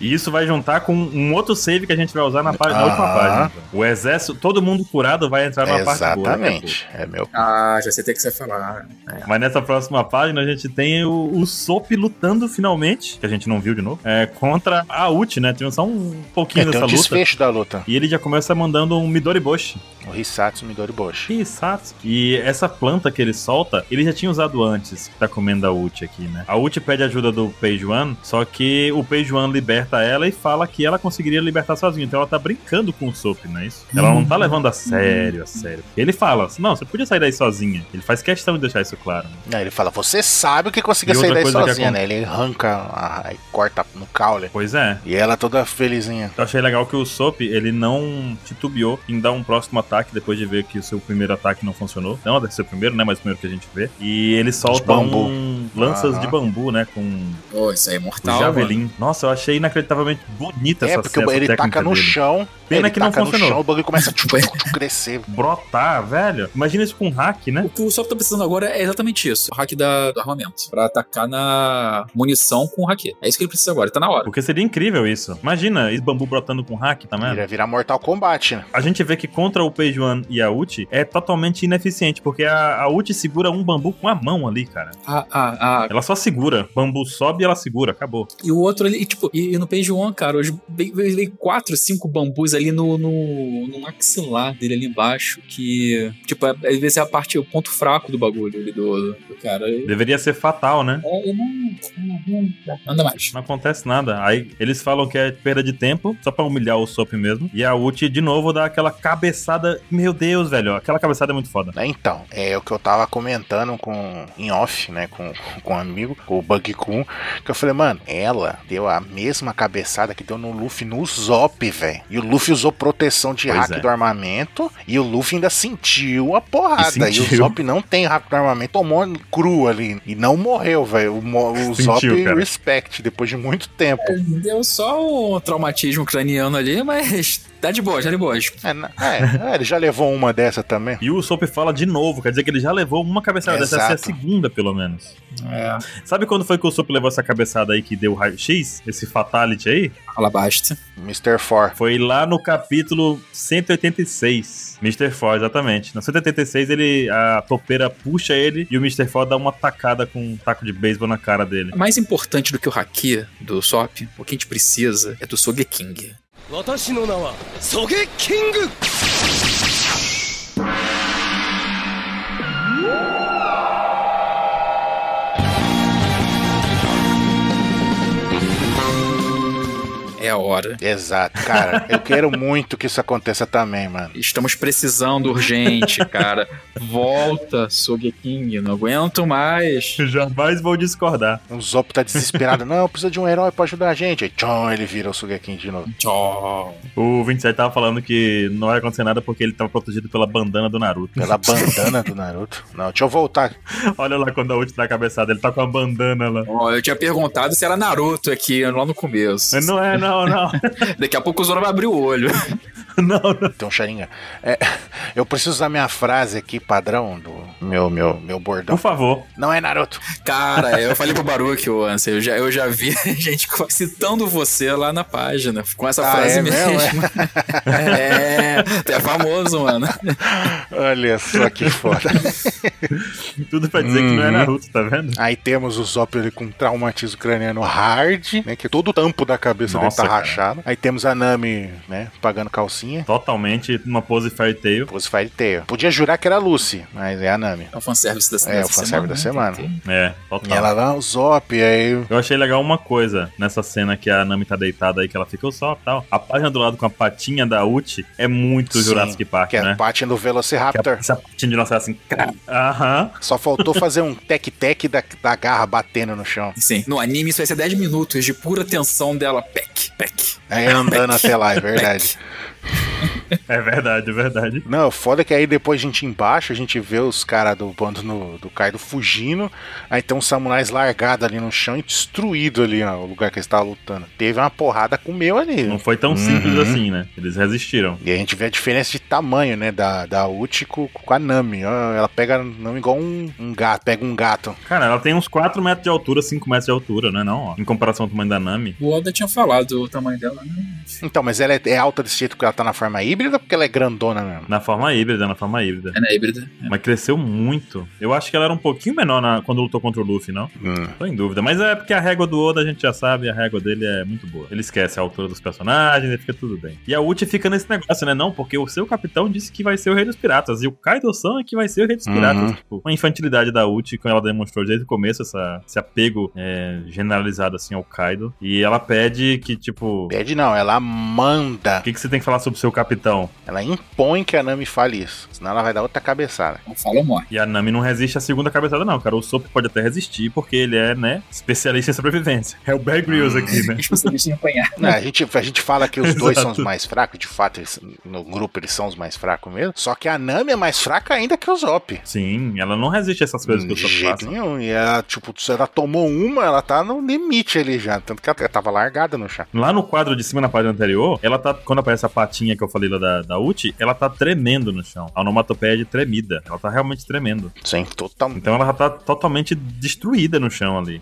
S1: E isso vai juntar com um outro save que a gente vai usar na,
S2: Ah.
S1: pá- na última
S2: Aham.
S1: página. O exército, todo mundo curado, vai entrar na parte boa. né,
S2: Exatamente. É meu
S3: Ah, já sei até o que você vai falar.
S1: Mas nessa próxima página a gente tem o, o Sop lutando finalmente, que a gente não viu de novo, é, contra a Ult, né? Tem só um
S2: é,
S1: pouquinho
S2: tem
S1: dessa
S2: um
S1: luta.
S2: desfecho da luta.
S1: E ele já começa mandando um Midori Boshi.
S2: O Hisatsu Midori Boshi.
S1: Ih, Satsuki. E essa planta que ele solta, ele já tinha usado antes, que tá comendo a ult aqui, né? A ult pede ajuda do Page One, só que o Page One liberta liberta ela e fala que ela conseguiria libertar sozinha. Então ela tá brincando com o Soap, não é isso? Ela não tá levando a sério, a sério. Ele fala, assim, não, você podia sair daí sozinha. Ele faz questão de deixar isso claro. né?
S2: Não, ele fala, você sabe que conseguiu
S1: E
S2: sair
S1: outra
S2: daí
S1: coisa que
S2: sozinha,
S1: acon-
S2: né? Ele arranca a- e corta no caule.
S1: Pois é.
S2: E ela toda felizinha.
S1: Eu achei legal que o Sop, ele não titubeou em dar um próximo ataque depois de ver que o seu primeiro ataque não funcionou. Não, deve ser o primeiro, né? Mas o primeiro que a gente vê. E ele solta
S2: bambu. Ah.
S1: um lanças
S2: Aham.
S1: de bambu, né? Com
S3: Oh, isso aí é
S1: o
S3: mortal. mano.
S1: javelin. Nossa, eu achei inacreditavelmente bonita
S2: É,
S1: essa
S2: porque
S1: essa
S2: ele
S1: técnica
S2: taca no
S1: dele.
S2: chão.
S1: Pena
S2: ele
S1: que não
S2: taca no
S1: funcionou.
S2: chão, o bagulho começa
S1: (laughs)
S2: a tchum, tchum, tchum, crescer.
S1: Brotar, velho. Imagina isso com um hack, né?
S3: O que o Sop tá precisando agora é exatamente isso: o hack da, do armamento. Pra atacar na munição com o hack. É isso que ele precisa agora, tá na hora.
S1: Porque seria incrível isso. Imagina esse bambu brotando com hack, tá vendo?
S2: Vira, vira Mortal Kombat, né?
S1: A gente vê que contra o Peijuan e a Uchi é totalmente ineficiente, porque a, a Uchi segura um bambu com a mão ali, cara.
S3: Ah, ah, ah.
S1: Ela só segura. Bambu sobe e ela segura. Acabou.
S3: E o outro ali, e, tipo, e, e no page one, cara, hoje veio- veio veio quatro, cinco bambus ali no, no, no maxilar dele ali embaixo. Que, tipo, é- às vezes é a parte, o ponto fraco do bagulho ali do, do cara. E-
S1: Deveria ser fatal, né?
S3: É, eu não, não, não- Nada mais.
S1: Não acontece nada. Aí eles falam que é perda de tempo, só pra humilhar o Sop mesmo. E a Uchi de novo dá aquela cabeçada. Meu Deus, velho. Aquela cabeçada é muito foda.
S2: Né, Então, é o que eu tava comentando com em off, né, com, com um amigo, com o Bug Kun, que eu falei, mano, ela deu a mesma cabeçada que deu no Luffy no Zop, velho. E o Luffy usou proteção de
S1: Pois
S2: hack
S1: é.
S2: do armamento e o Luffy ainda sentiu a porrada.
S1: E sentiu.
S2: E o Zop não tem hack do armamento, tomou um cru ali e não morreu, velho. O,
S1: (laughs)
S2: mo- o
S1: Sentiu,
S2: Zop
S1: cara.
S2: respect depois de muito tempo.
S3: Deu só um traumatismo craniano ali, mas tá de boa, já de boa.
S2: É, na- é, é, ele já levou uma dessa também.
S1: E o Sop fala de novo, quer dizer que ele já levou uma cabeçada dessa, essa é a
S2: Exato.
S1: segunda, pelo menos.
S3: É.
S1: Sabe quando foi que o Sop levou essa cabeçada aí que deu raio-x? Esse fatality aí?
S3: Alabasta.
S2: Mr. For.
S1: Foi lá no capítulo 186. Mr. Ford, exatamente. No 186, ele, a topeira puxa ele e o Mr. Ford dá uma tacada com um taco de beisebol na cara dele.
S3: Mais importante do que o haki do Sop, o que a gente precisa é do Sogeking.
S4: 私の名はソゲキング
S3: É a hora.
S2: Exato, cara. eu quero muito que isso aconteça também, mano.
S3: Estamos precisando urgente, cara. Volta, Sogeking. Não aguento mais.
S1: Eu Jamais vou discordar.
S2: O Zop
S1: (laughs)
S2: tá desesperado. Não, precisa de um herói pra ajudar a gente. Aí, tchom, ele vira o Sugekin de novo.
S3: Tchau.
S1: O 27 tava falando que não vai acontecer nada porque ele tava protegido pela bandana do Naruto. (laughs)
S2: Pela bandana do Naruto. Não, deixa eu voltar.
S1: Olha lá quando a ult dá a cabeçada, ele tá com a bandana lá.
S3: Ó, eu tinha perguntado se era Naruto aqui, lá no começo.
S1: Não é, não, não. (laughs)
S3: Daqui a pouco o Zoro vai abrir o olho. (laughs)
S1: Não, não.
S2: Tem um charinga. É, eu preciso usar minha frase aqui, padrão, do meu, meu, meu
S1: Por
S2: bordão.
S1: favor.
S2: Não é Naruto.
S3: Cara, eu falei pro Baruch, ô Ansel, eu já, eu já vi (laughs) gente co- citando você lá na página, com essa
S2: Ah,
S3: frase
S2: é mesmo,
S3: mesmo. é, tu (laughs) é famoso, mano.
S2: Olha só
S1: (laughs)
S2: que foda.
S1: Tudo pra dizer que não é
S2: Uhum.
S1: Naruto, tá vendo?
S2: Aí temos o Zop ele com traumatismo craniano hard, né? Que todo o tampo da cabeça dele
S1: Nossa,
S2: tá
S1: cara.
S2: rachado. Aí temos a Nami, né? Pagando calcinha.
S1: Totalmente uma pose fairy tail.
S2: Pose Fire Tail. Podia jurar que era a Lucy, mas é a Nami.
S3: É o fanservice da
S2: É,
S3: semana. né?
S2: o fanservice da semana.
S1: É,
S2: E
S1: total.
S2: ela lá, o Zop, aí
S1: Eu achei legal uma coisa nessa cena que a Nami tá deitada aí, que ela fica o sol e tal. A página do lado com a patinha da Uchi é muito
S2: Sim,
S1: Jurassic Park,
S2: que é a
S1: né?
S2: parte
S1: Que
S2: do
S1: a-
S2: Velociraptor.
S1: Essa patinha de nossa assim. crá. Aham.
S2: Só faltou fazer um tec-tec da, da garra batendo no chão.
S3: Sim. No anime, isso vai ser 10 minutos de pura tensão dela. Peck, peck.
S2: Aí andando até lá, é verdade.
S1: É verdade, é verdade.
S2: Não, foda que aí depois a gente embaixo, a gente vê os caras do bando no- do Kaido fugindo. Aí tem uns samurais largados ali no chão e destruído ali, ó, o lugar que eles estavam lutando. Teve uma porrada com o meu ali.
S1: Não foi tão simples assim, né? Eles resistiram.
S2: E a gente vê a diferença de tamanho, né? Da, da Uchi com, com a Nami. Ó, Ela pega a Nami igual um, um gato. Pega um gato.
S1: Cara, ela tem uns 4 metros de altura, 5 metros de altura, né? Não, ó. Em comparação ao tamanho da Nami.
S3: O Oda tinha falado o tamanho dela, né?
S2: Então, mas ela é, é alta desse jeito porque ela tá na forma híbrida ou porque ela é grandona mesmo?
S1: Na forma híbrida, na forma híbrida.
S3: É na híbrida. É.
S1: Mas cresceu muito. Eu acho que ela era um pouquinho menor na- quando lutou contra o Luffy, não?
S2: Hum.
S1: Tô em dúvida. Mas é porque a régua do Oda a gente já sabe, a régua dele é muito boa. Ele esquece a altura dos personagens e fica tudo bem. E a Uchi fica nesse negócio, né? Não, porque o seu capitão disse que vai ser o rei dos piratas. E o Kaido-san é que vai ser o rei dos piratas.
S2: Uhum.
S1: Tipo, uma infantilidade da Uchi, quando ela demonstrou desde o começo essa- esse apego é, generalizado, assim, ao Kaido. E ela pede que, tipo...
S2: Pede não, ela manda.
S1: O que, que você tem que falar sobre o seu capitão?
S2: Ela impõe que a Nami fale isso. Senão ela vai dar
S1: (laughs)
S2: outra cabeçada.
S3: Não fala ou morre.
S1: E a Nami não resiste à segunda cabeçada, não, cara. O Sop pode até resistir, porque ele é, né, especialista em (laughs) sobrevivência. É o Bear Grylls aqui, né?
S3: Especialista em apanhar.
S2: Não, Né, a, gente, a gente fala que os dois são os
S1: Exato.
S2: mais fracos. De fato, eles- no grupo eles são os mais fracos mesmo. Só que a Nami é mais fraca ainda que o Zop.
S1: Sim, ela não resiste a essas coisas que o
S2: de
S1: Sop
S2: jeito
S1: passa.
S2: nenhum. E ela, tipo, se ela tomou uma, ela tá no limite ali já. Tanto que ela tava largada no chá.
S1: Lá no quadro de cima, na página anterior, ela tá. Quando aparece a patinha que eu falei lá da, da Uchi, ela tá tremendo no chão. A onomatopeia é de tremida. Ela tá realmente tremendo.
S2: Sim, totalmente.
S1: Então ela já tá totalmente destruída no chão ali.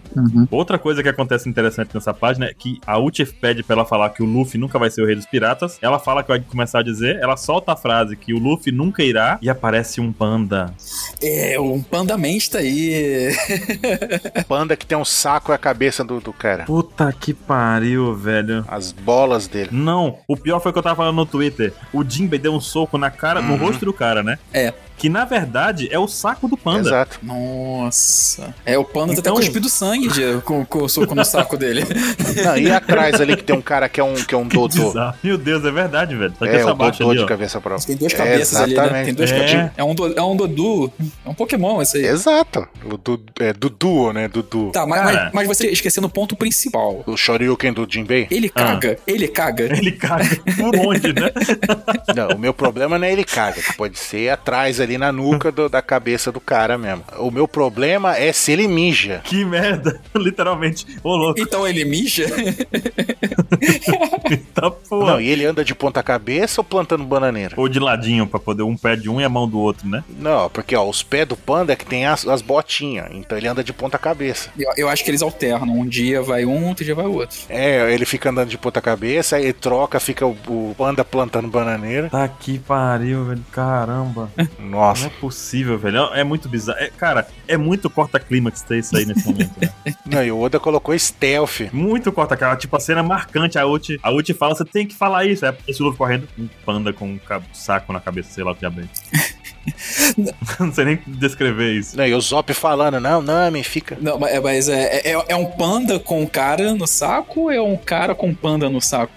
S1: Outra coisa que acontece interessante nessa página é que a Uchi pede pra ela falar que o Luffy nunca vai ser o rei dos piratas. Ela fala que vai começar a dizer, ela solta a frase que o Luffy nunca irá e aparece um panda.
S3: É, um pandamenta aí.
S2: Panda que tem um saco e a cabeça do, do cara.
S1: Puta que pariu, velho.
S2: As bolas dele.
S1: Não, o pior foi o que eu tava falando no Twitter. O Jinbei deu um soco na cara, no
S2: Uhum.
S1: rosto do cara, né?
S3: É.
S1: Que na verdade é o saco do panda.
S2: Exato.
S3: Nossa. É, o panda tá até
S1: Então-
S3: cuspido sangue de, com, com o soco no saco (laughs) dele.
S2: Não, e atrás ali que tem um cara que é um, que é
S1: (laughs)
S2: um
S1: Que
S2: dodô.
S1: bizarro. Meu Deus, é verdade, velho. Só que
S2: É,
S1: essa
S2: o
S1: baixa
S2: Dodô
S1: ali,
S2: de
S1: ó.
S2: cabeça pra É,
S3: Tem duas cabeças ali, né? Tem duas
S1: É.
S3: cabeças. É um, do, é um Dodu. É um Pokémon esse aí.
S2: Exato. O du, é, do duo, né? Do duo.
S3: Tá, mas,
S1: Cara.
S3: mas, mas você esquecendo o ponto principal.
S2: O Shoryuken do Jinbei?
S3: Ele
S1: Ah.
S3: caga,
S1: (laughs)
S3: ele caga.
S1: Ele caga por onde, né?
S2: (laughs) Não, o meu problema não é ele caga, que pode ser atrás ali na nuca do- da cabeça do cara mesmo. O meu problema é se ele mija.
S1: Que merda. (laughs) Literalmente. Ô,
S3: (laughs)
S1: louco.
S3: Então ele mija?
S1: Tá porra.
S2: Não, e ele anda de ponta cabeça ou plantando bananeira?
S1: Ou de ladinho, pra poder um pé de um e a mão do outro, né?
S2: Não, porque ó, os pés do panda é que tem as, as botinhas, então ele anda de ponta cabeça.
S3: Eu, eu acho que eles alternam. Um dia vai um, outro dia vai outro.
S2: É, ele fica andando de ponta cabeça, aí troca, fica o, o panda plantando bananeira.
S1: Tá que pariu, velho. Caramba. Não é
S2: Nossa,
S1: possível, velho. É muito bizarro. É, cara, é muito corta-clímax ter isso aí nesse momento, né?
S2: não, e o Oda colocou stealth.
S1: (laughs) Muito corta cara. Tipo, a cena é marcante. A Uchi, a Uchi fala, você tem que falar isso. Aí aparece o Luffy correndo, um panda com um ca- saco na cabeça, sei lá o que diabo é. (laughs) Não sei nem descrever isso.
S2: Não, e o Zop falando, não, Nami, fica.
S3: Não, mas, mas é, é, é um panda com um cara no saco ou é um cara com um panda no saco?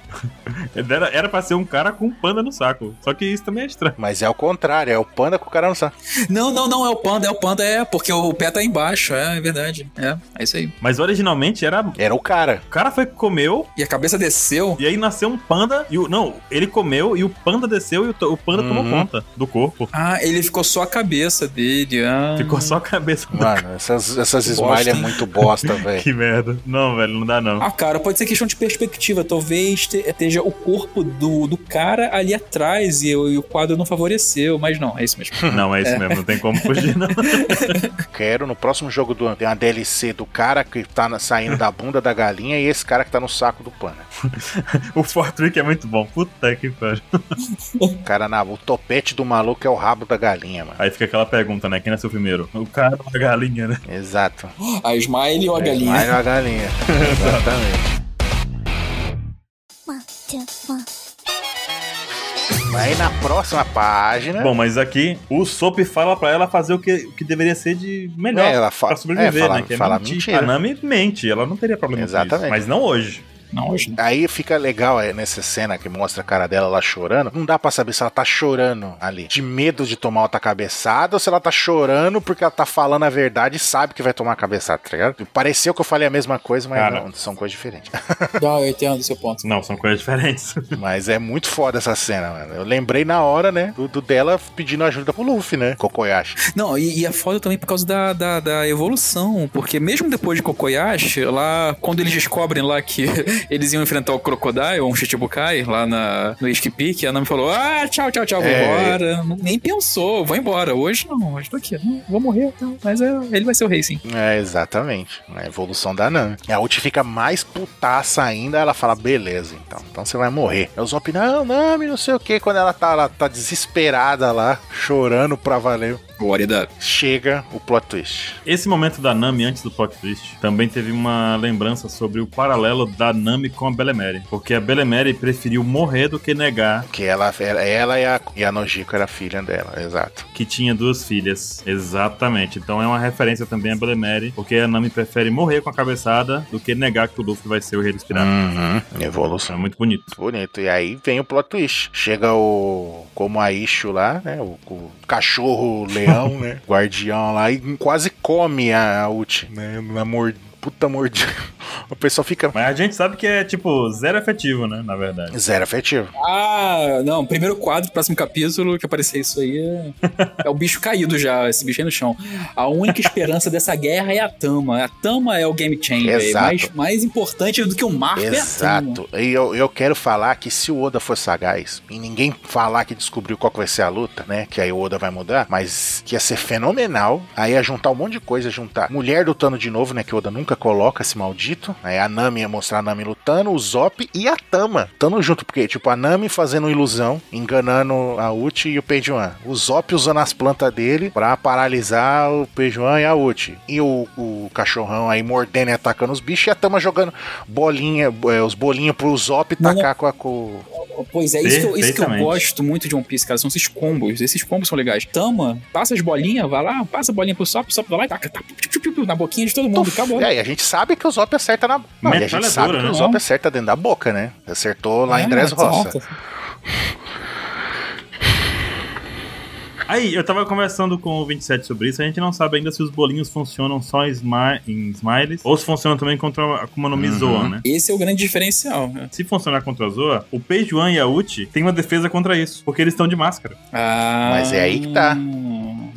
S1: Era, era pra ser um cara com um panda no saco. Só que isso também é estranho.
S2: Mas é o contrário, é o panda com o cara no saco.
S3: Não, não, não, é o panda, é o panda, é, porque o pé tá embaixo, é, é verdade. É, é isso aí.
S1: Mas originalmente era... O
S2: Era o cara.
S1: cara foi que comeu,
S3: E a cabeça desceu.
S1: e aí nasceu um panda, e o... Não, ele comeu, e o panda desceu, e o, to- o panda tomou
S2: Uhum.
S1: conta do corpo.
S3: Ah, ele ficou só a cabeça dele. Ah.
S1: Ficou
S2: Uhum.
S1: só a cabeça.
S2: Mano, essas, essas
S3: Bosta.
S2: smile é muito
S3: (laughs)
S2: bosta,
S1: (laughs)
S2: velho.
S1: Que merda. Não, velho, não dá
S2: Uhum.
S1: não.
S3: Ah, cara, pode ser questão de perspectiva. Talvez te- eh, esteja o corpo do, do cara ali atrás e, o- e o quadro não favoreceu, mas não, é isso
S2: (laughs)
S3: mesmo.
S1: Não, é isso mesmo. Não tem como fugir, não. (laughs)
S2: Quero no próximo jogo do ano. Tem uma DLC do cara que tá na- saindo da bunda da galinha e esse cara que tá no saco do panda.
S1: O Fortrick é muito bom. Puta que pariu.
S2: O cara na. O topete do maluco é o rabo da galinha, mano.
S1: Aí fica aquela pergunta, né? Quem nasceu primeiro? O cara ou a galinha, né?
S2: Exato.
S3: A Smile ou a galinha?
S2: Smile é a
S3: (laughs)
S2: galinha. Exatamente.
S5: まてま
S2: Aí na próxima página.
S1: Bom, mas aqui o Sop fala pra ela fazer o que, o que deveria ser de melhor
S2: É, ela fa-
S1: pra sobreviver,
S2: é, fala-
S1: né? Que é
S2: fala
S1: mentir.
S2: mentira.
S1: A Nami mente, ela não teria problema com
S2: Exatamente.
S1: isso. Mas não hoje.
S3: Não, hoje não.
S2: Aí fica legal é, nessa cena que mostra a cara dela lá chorando. Não dá pra saber se ela tá chorando ali, de medo de tomar outra cabeçada, ou se ela tá chorando porque ela tá falando a verdade e sabe que vai tomar a cabeçada, tá ligado? Pareceu que eu falei a mesma coisa, mas
S1: Cara.
S2: não, são coisas diferentes. (laughs)
S3: Não, eu entendo o seu ponto.
S1: Não, são coisas (laughs) diferentes.
S2: mas é muito foda essa cena, mano. Eu lembrei na hora, né, do, do dela pedindo ajuda pro Luffy, né? Kokoyashi.
S3: Não, e, e é foda também por causa da, da, da evolução, porque mesmo depois de Kokoyashi, lá, quando eles descobrem lá que (laughs) Eles iam enfrentar o Crocodile, um Shichibukai, lá na, no Iski Peak, e a Nami falou: Ah, tchau, tchau, tchau, vou
S2: É.
S3: embora. Nem pensou, vou embora. Hoje não, hoje tô aqui. Não, vou morrer, tá? mas é, ele vai ser o rei, sim.
S2: É, exatamente. É A evolução da Nami. E a Uchi fica mais putaça ainda, ela fala, beleza, então. Então você vai morrer. Eu Zop, não, Nami, não sei o que. Quando ela tá, ela tá desesperada lá, chorando pra valer,
S3: What it up.
S2: chega o plot twist.
S1: Esse momento da Nami antes do plot twist também teve uma lembrança sobre o paralelo da Nami com a Belemere. Porque a Belemere preferiu morrer do que negar
S2: Que ela, ela, ela e, a, e a Nojiko era filha dela, exato.
S1: que tinha duas filhas. Exatamente. Então é uma referência também a Belemere, porque a Nami prefere morrer com a cabeçada do que negar que o Luffy vai ser o rei dos piratas.
S2: Uhum, evolução.
S1: É muito bonito.
S2: Bonito. E aí vem o plot twist. Chega o. Como a Ishu lá, né? O, o cachorro leão, né? Guardião lá e quase come a Uchi, né? Na mord... puta mordida. (laughs) O pessoal fica.
S1: Mas a gente sabe que é, tipo, zero efetivo, né? Na verdade.
S2: Zero afetivo.
S3: Ah, não, primeiro quadro, próximo capítulo que aparecer isso aí é, é o bicho caído já, esse bicho aí no chão. A única esperança dessa guerra é a Tama. A Tama é o game changer,
S2: Exato.
S3: mais, mais importante do que o Marco é a Tama.
S2: Exato. E eu, eu quero falar que se o Oda for sagaz e ninguém falar que descobriu qual que vai ser a luta, né? Que aí o Oda vai mudar, mas que ia ser fenomenal. Aí ia juntar um monte de coisa, ia juntar mulher lutando de novo, né? Que o Oda nunca coloca esse maldito. Aí a Nami ia mostrar a Nami lutando, o Zop e a Tama lutando junto, porque tipo a Nami fazendo ilusão, enganando a Uchi e o Peijuan. O Zop usando as plantas dele pra paralisar o Peijuan e a Uchi. E o, o cachorrão aí mordendo e atacando os bichos e a Tama jogando bolinha, é, os bolinhos pro Zop
S3: Não,
S2: tacar com a com...
S3: Pois é, isso que, eu, isso que eu
S1: Perfeitamente.
S3: gosto muito de One Piece, cara, são esses combos. Esses combos são legais. Tama, passa as bolinhas, vai lá, passa a bolinha pro Sop, Sop vai lá e taca, taca, tchup, tchup, tchup, na boquinha de todo mundo, acabou. né?
S2: É, e a gente sabe que o Zop acerta na. Não, e a gente
S1: Metralhadora,
S2: sabe que
S1: né?
S2: o Zop acerta dentro da boca, né? Acertou
S3: É,
S2: lá em Dress Roça.
S3: nossa.
S1: Aí, eu tava conversando com o 27 sobre isso, a gente não sabe ainda se os bolinhos funcionam só em, smi- em smiles ou se funcionam também contra a Akuma no Mi Zoa, né?
S3: Esse é o grande diferencial. né?
S1: Se funcionar contra a Zoa, o Peijuan e a Uchi têm uma defesa contra isso, porque eles estão de máscara.
S3: Ah,
S2: Mas é aí que tá.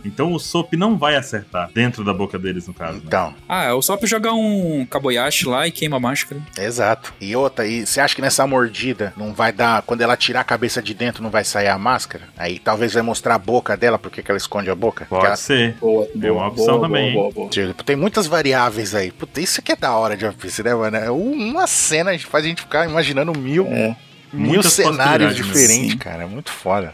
S1: Então o Sop não vai acertar dentro da boca deles, no caso. né?
S2: Então,
S3: Ah, é o Sop jogar um Kaboyashi lá e queima a máscara.
S2: exato. E outra, e você acha que nessa mordida não vai dar. Quando ela tirar a cabeça de dentro, não vai sair a máscara? Aí talvez vai mostrar a boca dela, porque ela esconde a boca.
S1: Pode
S2: Porque ela-
S1: ser.
S3: Boa,
S1: boa, uma opção boa, também, boa,
S2: Tipo, Tem muitas variáveis aí. Puta, isso que é da hora de One Piece, né, mano? É Uma cena a gente faz a gente ficar imaginando mil,
S3: É.
S2: mil
S1: Muitas
S2: cenários
S1: possibilidades, né?
S2: diferentes,
S3: Sim.
S2: cara. É muito foda.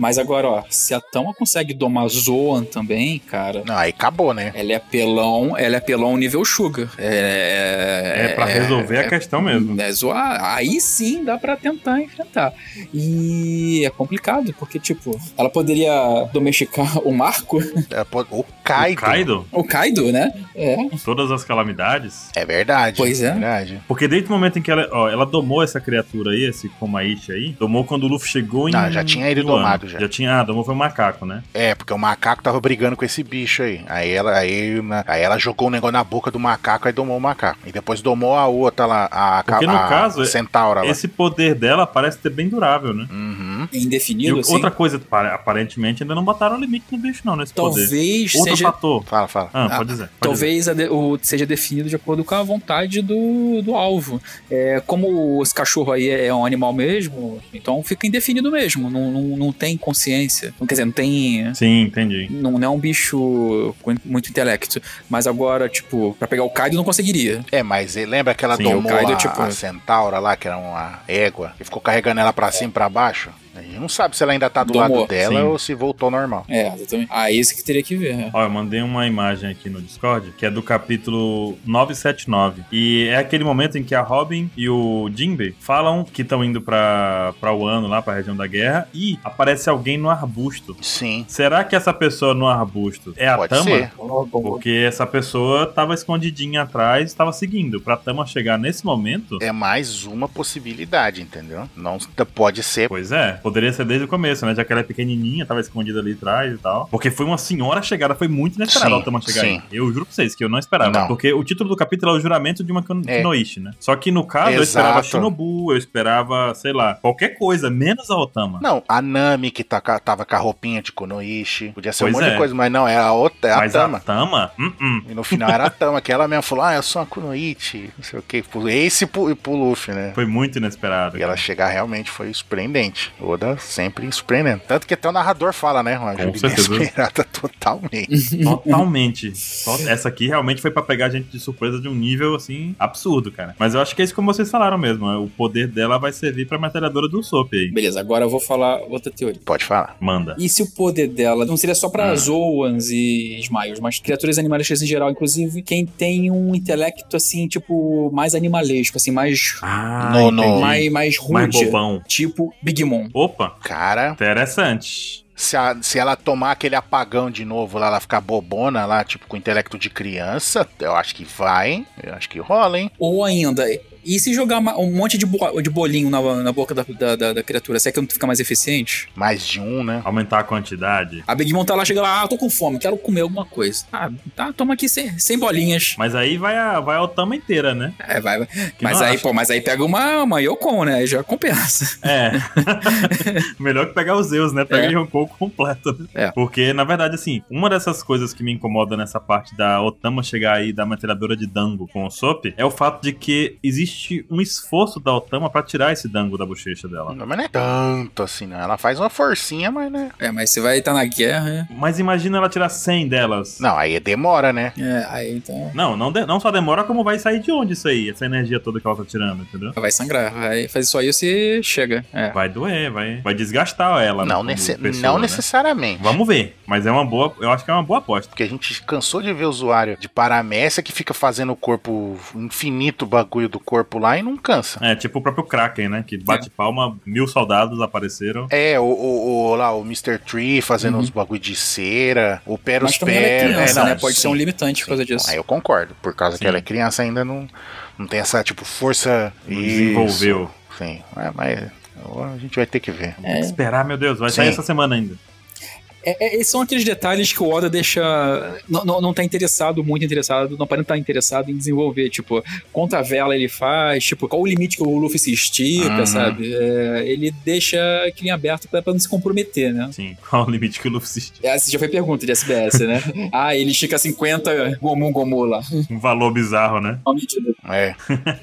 S3: Mas agora, ó, se a Tama consegue domar Zoan também, cara.
S2: Não, aí acabou, né?
S3: Ela é apelão, ela é apelão nível sugar. É,
S1: É pra resolver a
S2: um
S1: questão mesmo.
S3: É zoar. Aí sim dá pra tentar enfrentar. E é complicado, porque, tipo, ela poderia domesticar o Marco, (laughs)
S2: É, pô, O
S1: O
S2: Kaido.
S1: Kaido,
S3: o Kaido, né? É.
S1: todas as calamidades.
S2: É verdade.
S3: Pois é.
S2: Verdade.
S1: Porque desde o momento em que ela, ó, ela domou essa criatura aí, esse Komaishi aí, domou quando o Luffy chegou em.
S2: Não, já tinha ele
S1: em Wano.
S2: domado, já.
S1: Já tinha, ah, domou foi o macaco, né?
S2: É, porque o macaco tava brigando com esse bicho aí. Aí ela, aí, na- aí ela jogou um negócio na boca do macaco e domou o macaco. E depois domou a outra lá, a, ca-
S1: Porque no
S2: a
S1: caso, é
S2: centaura lá.
S1: Esse poder dela parece ser bem durável, né?
S2: Uhum.
S1: E
S3: Indefinido,
S1: o-
S3: assim.
S1: outra coisa, pa- aparentemente, ainda não botaram limite no bicho, não, nesse poder.
S3: Talvez
S1: Outro
S3: seja.
S1: fator.
S2: Fala, fala.
S1: Ah,
S3: Ah,
S1: pode dizer.
S2: então
S1: pode dizer.
S3: Talvez a de- o- seja definido de acordo com a vontade do, do alvo. É, como esse cachorro aí é um animal mesmo, então fica indefinido mesmo. Não, não, não tem consciência. Não, quer dizer, não tem.
S1: Sim, entendi.
S3: Não, não é um bicho com muito intelecto. Mas agora, tipo, pra pegar o Kaido não conseguiria.
S2: É, mas ele- lembra que ela
S1: Sim,
S2: domou
S3: o Kaido,
S2: a,
S3: tipo-
S2: a centaura lá, que era uma égua, e ficou carregando ela pra cima e pra baixo? A gente não sabe se ela ainda tá do
S3: Domou,
S2: lado dela
S1: sim.
S2: ou se voltou ao normal.
S3: É, exatamente. Ah, isso que teria que ver. né?
S1: Ó, eu mandei uma imagem aqui no Discord, que é do capítulo 979. E é aquele momento em que a Robin e o Jinbe falam que estão indo pra, pra Wano, lá pra região da guerra, e aparece alguém no arbusto.
S2: Sim.
S1: Será que essa pessoa no arbusto é a
S2: Pode
S1: Tama?
S2: ser.
S1: Porque essa pessoa tava escondidinha atrás, tava seguindo. Pra Tama chegar nesse momento,
S2: É mais uma possibilidade, entendeu? Não pode ser
S1: Pois é, Poderia ser desde o começo, né? Já que ela é pequenininha, tava escondida ali atrás e tal. Porque foi uma senhora chegada, foi muito inesperada
S2: Sim,
S1: a Otama chegar
S2: sim.
S1: aí. Eu juro pra vocês que eu não esperava.
S2: Não.
S1: Porque o título do capítulo é o juramento de uma Kin-
S2: É.
S1: Kinoishi, né? Só que no caso, eu
S2: Exato.
S1: esperava Shinobu, eu esperava, sei lá, qualquer coisa, menos a Otama.
S2: Não, a Nami que tá, ca- tava com a roupinha de Kunoichi. Podia ser
S1: Pois
S2: um monte
S1: é.
S2: de coisa, mas não, era a, outra, é a
S1: Mas a
S2: Tama.
S1: Tama, hum, hum.
S2: E no final era a Tama, que ela mesma falou: Ah, eu sou uma Kunoichi, não sei o que. Esse pro, pro Luffy, né?
S1: foi muito inesperado.
S2: E (laughs) ela chegar realmente foi surpreendente. Oda sempre surpreendendo. Tanto que até o narrador fala, né, Juan?
S1: Com
S2: Júlia
S1: certeza.
S2: Inesperada (laughs) totalmente.
S1: Totalmente. To- Essa aqui realmente foi pra pegar a gente de surpresa de um nível, assim, absurdo, cara. Mas eu acho que é isso como vocês falaram mesmo. né? O poder dela vai servir pra metralhadora do Sop aí.
S3: Beleza, agora eu vou falar outra teoria.
S2: Pode falar.
S1: Manda.
S3: E se o poder dela não seria só pra
S1: Hum.
S3: Zoans e Smiles, mas criaturas animalescas em geral, inclusive quem tem um intelecto assim, tipo, mais animalesco, assim, mais,
S1: Ah,
S2: No, no.
S1: entendi.
S3: mais, mais
S1: mais
S3: rude,
S1: bobão.
S3: tipo Big Mom.
S1: Opa,
S2: Cara,
S1: interessante.
S2: se, a- se ela tomar aquele apagão de novo lá, ela ficar bobona lá, tipo, com intelecto de criança, eu acho que vai, hein? Eu acho que rola, hein?
S3: Ou ainda, e se jogar ma- um monte de, bo- de bolinho na, na boca da, da, da- da criatura, será que não fica mais eficiente?
S2: Mais de um, né?
S1: Aumentar a quantidade.
S3: A Big Mom tá lá, chega lá, ah, eu tô com fome, quero comer alguma coisa. Ah, tá, toma aqui 100, 100 bolinhas.
S1: Mas aí vai a, vai a Otama inteira,
S3: (laughs)
S1: né?
S3: É, vai, vai.
S1: Que
S3: Mas
S1: não
S3: aí,
S1: acho.
S3: pô, mas aí pega uma, uma Yokon, né? Aí Já compensa.
S1: É. (laughs) Melhor que pegar os Zeus, né? Pega
S3: É.
S1: é. Yonkou completo. né?
S3: É.
S1: Porque, na verdade, assim, uma dessas coisas que me incomoda nessa parte da Otama chegar aí da metralhadora de dango com o Sop é o fato de que existe um esforço da Otama pra tirar esse dango da bochecha dela.
S2: Não, mas não é tanto assim, não. Ela faz uma forcinha, mas né?
S3: É, mas você vai estar na guerra, né?
S1: Mas imagina ela tirar 100 delas.
S2: Não, aí demora, né?
S3: É, aí então.
S1: Não, não, de- não só demora, como vai sair de onde isso aí? Essa energia toda que ela tá tirando, entendeu?
S3: Vai sangrar. Vai fazer só isso e chega. É.
S1: Vai doer, vai, vai desgastar ela.
S2: Não,
S1: como
S2: nesse,
S1: pessoa,
S2: não
S1: né?
S2: necessariamente.
S1: Vamos ver. Mas é uma boa. Eu acho que é uma boa aposta.
S2: Porque a gente cansou de ver usuário de paramécia que fica fazendo o corpo infinito bagulho do corpo lá e não cansa.
S1: É, tipo o próprio Kraken, né? Que bate palma, mil soldados apareceram.
S2: É, o, o- o- lá, o Mr. Tree fazendo uns bagulho de cera, o Peros
S3: Uhum. Mas também ela é
S2: Pera.
S3: criança,
S2: é, não,
S3: né? Pode ser um
S2: sim,
S3: limitante por causa
S2: sim.
S3: disso.
S2: Aí eu concordo, por causa
S1: Sim.
S2: que ela é criança ainda não, não tem essa, tipo, força.
S1: Não
S2: Isso,
S1: Desenvolveu.
S2: Sim, é, mas agora a gente vai ter que ver.
S1: Tem que esperar, meu Deus. Vai
S2: Sim.
S1: sair essa semana ainda.
S3: É, é, esses são aqueles detalhes que o Oda deixa. Não, não, não tá interessado, muito interessado, não parece estar interessado em desenvolver. Tipo, quanta vela ele faz, tipo, qual o limite que o Luffy se estica,
S2: Uhum.
S3: sabe? É, ele deixa aquilo em aberto pra, pra não se comprometer, né?
S1: Sim. (laughs) Qual o limite que o Luffy se-
S3: É, Essa já foi pergunta de SBS, (laughs) né? ah, ele estica 50 Gomu Gomu lá.
S1: Um valor bizarro, né?
S3: Qual a medida?
S2: É,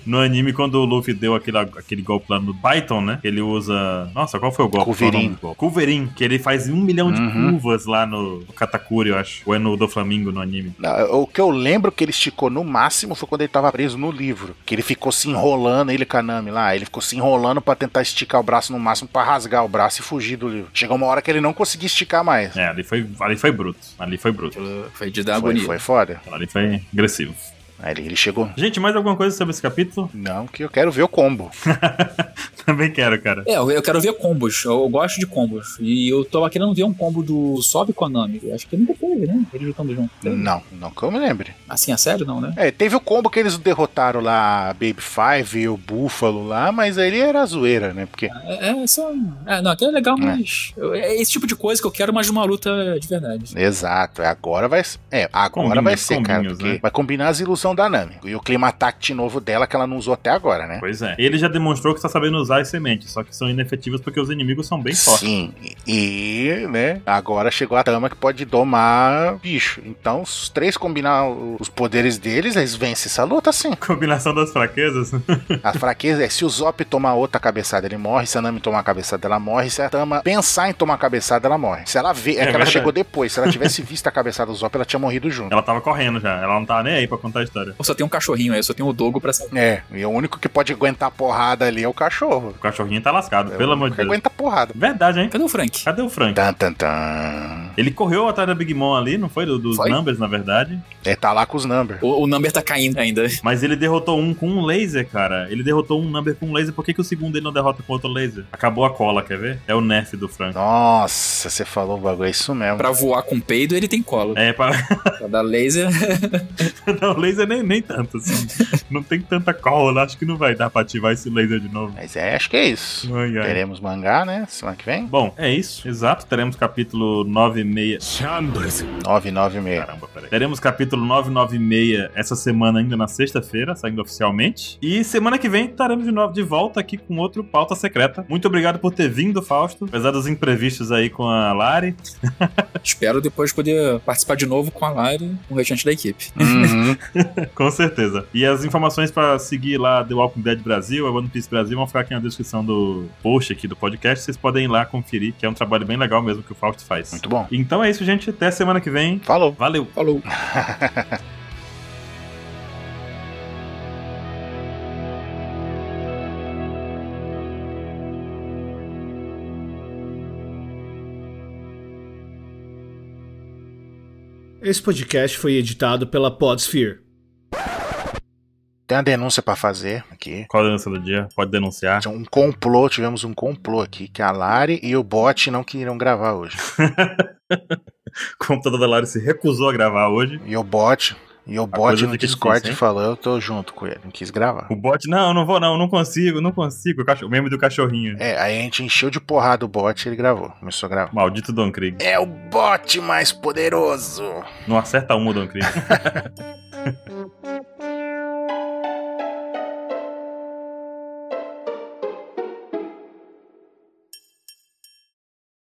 S1: No anime, quando o Luffy deu aquele, aquele golpe lá no Python, né? Ele usa. Nossa, qual foi o golpe?
S2: Culverin.
S1: Qual o nome do golpe? Culverin, que ele faz um milhão de
S2: Uhum.
S1: curvas lá no, no Katakuri, eu acho. Ou é no do Flamingo no anime.
S2: Não, O que eu lembro que ele esticou no máximo foi quando ele tava preso no livro. Que ele ficou se enrolando, ele Kanami lá. Ele ficou se enrolando pra tentar esticar o braço no máximo pra rasgar o braço e fugir do livro. Chegou uma hora que ele não conseguia esticar mais.
S1: É, ali foi, ali foi bruto. Ali foi bruto.
S3: Aquilo Foi de dar
S2: Foi,
S3: agonia.
S2: foi foda.
S1: Ali foi agressivo.
S2: Aí ele, ele chegou.
S1: Gente, mais alguma coisa sobre esse capítulo?
S2: Não, que eu quero ver o combo.
S1: (laughs) Também quero, cara.
S3: É, eu eu quero ver combos. Eu eu gosto de combos. E eu tava querendo ver um combo do Sob com a Nami. Eu Acho que nunca teve, né? Eles lutando junto.
S2: Não, não que eu me lembre.
S3: Assim, a sério, não, né?
S2: É, teve o combo que eles derrotaram lá a Baby Five e o Búfalo lá, mas ele era zoeira, né? Porque
S3: É, é só. É, não, aquilo é legal, mas. eu- É esse tipo de coisa que eu quero, mas numa luta de verdade.
S2: Exato, é, agora vai ser. É, agora
S1: Combinhos,
S2: vai ser, cara.
S1: combinhos,
S2: Porque
S1: né?
S2: vai combinar as ilusões da Nami. E o clima táctil novo dela que ela não usou até agora, né?
S1: Pois é. Ele já demonstrou que está sabendo usar as sementes, só que são inefetivas porque os inimigos são bem fortes.
S2: Sim, e, né, agora chegou a Tama que pode domar bicho. Então, se os três combinar o- os poderes deles, eles vencem essa luta
S1: (laughs)
S2: sim.
S1: Combinação das fraquezas. (laughs)
S2: A fraqueza é se o Zop tomar outra cabeçada, ele morre. Se a Nami tomar a cabeçada, ela morre. Se a Tama pensar em tomar a cabeçada, ela morre. Se ela vê, é,
S1: É
S2: que ela
S1: verdade.
S2: chegou depois. Se ela
S1: (laughs)
S2: tivesse visto a cabeçada do Zop, ela tinha morrido junto.
S1: Ela tava correndo já, ela não tava nem aí pra contar a história.
S3: Eu só tenho um cachorrinho aí, eu só tenho o Dogo pra saber.
S2: É, e o único que pode aguentar a porrada ali é o cachorro.
S1: O cachorrinho tá lascado,
S2: É o
S1: pelo
S2: único
S1: amor de
S2: que
S1: Deus.
S2: Aguenta a porrada.
S1: Verdade, hein?
S3: Cadê o Frank?
S1: Cadê o Frank?
S2: Tan, tan, tan.
S1: Ele correu atrás da Big Mom ali, não foi? Do- dos
S3: Foi.
S1: Numbers, na verdade.
S2: Ele tá lá com os number.
S3: O, o number tá caindo ainda.
S1: Mas ele derrotou um com um laser, cara. Ele derrotou um Number com um laser. Por que, que o segundo ele não derrota com outro laser? Acabou a cola, quer ver? É o nerf do Frank.
S2: Nossa, você falou o bagulho, é isso mesmo.
S3: Pra voar com peido, ele tem colo.
S1: É, para.
S3: Pra dar laser. (laughs)
S1: (laughs) Não, laser nem, nem tanto, assim. não tem tanta cola. Acho que não vai dar pra ativar esse laser de novo.
S2: Mas é, acho que é isso.
S1: Ai, ai.
S2: Teremos mangá, né? Semana que vem?
S1: Bom, é isso. Exato. Teremos capítulo 96. (laughs)
S2: 996.
S1: Caramba, peraí. Teremos capítulo 996 essa semana, ainda na sexta-feira, saindo oficialmente. E semana que vem estaremos de novo de volta aqui com outro pauta secreta. Muito obrigado por ter vindo, Fausto. Apesar dos imprevistos aí com a Lari.
S3: Espero depois poder participar de novo com a Lari, com o restante da equipe.
S2: Uhum.
S1: com certeza. E as informações pra seguir lá The Walking Dead Brasil, a One Piece Brasil, vão ficar aqui na descrição do post aqui do podcast. Vocês podem ir lá conferir, que é um trabalho bem legal mesmo que o Fausto faz.
S2: Muito bom.
S1: Então é isso, gente. Até semana que vem.
S2: Falou.
S1: Valeu!
S3: Falou.
S5: Esse podcast foi editado pela Podsphere.
S2: Tem uma denúncia pra fazer aqui.
S1: Qual a dança do dia? Pode denunciar. (laughs)
S2: Tinha Um complô, tivemos um complô aqui, que a Lari e o Bot não queriam gravar hoje.
S1: O computador da Lari se recusou a gravar hoje.
S2: E o Bot, e o Bot
S1: coisa
S2: no
S1: fica
S2: Discord
S1: difícil, hein?
S2: falou, eu tô junto com ele, não quis gravar.
S1: O bot, não, não vou não, não consigo, não consigo. O, cachorro, o meme do cachorrinho.
S2: É, aí a gente encheu de porrada o Bot e ele gravou, começou a gravar.
S1: Maldito Don Krieg.
S2: É o Bot mais poderoso!
S1: Não acerta uma, Don Krieg.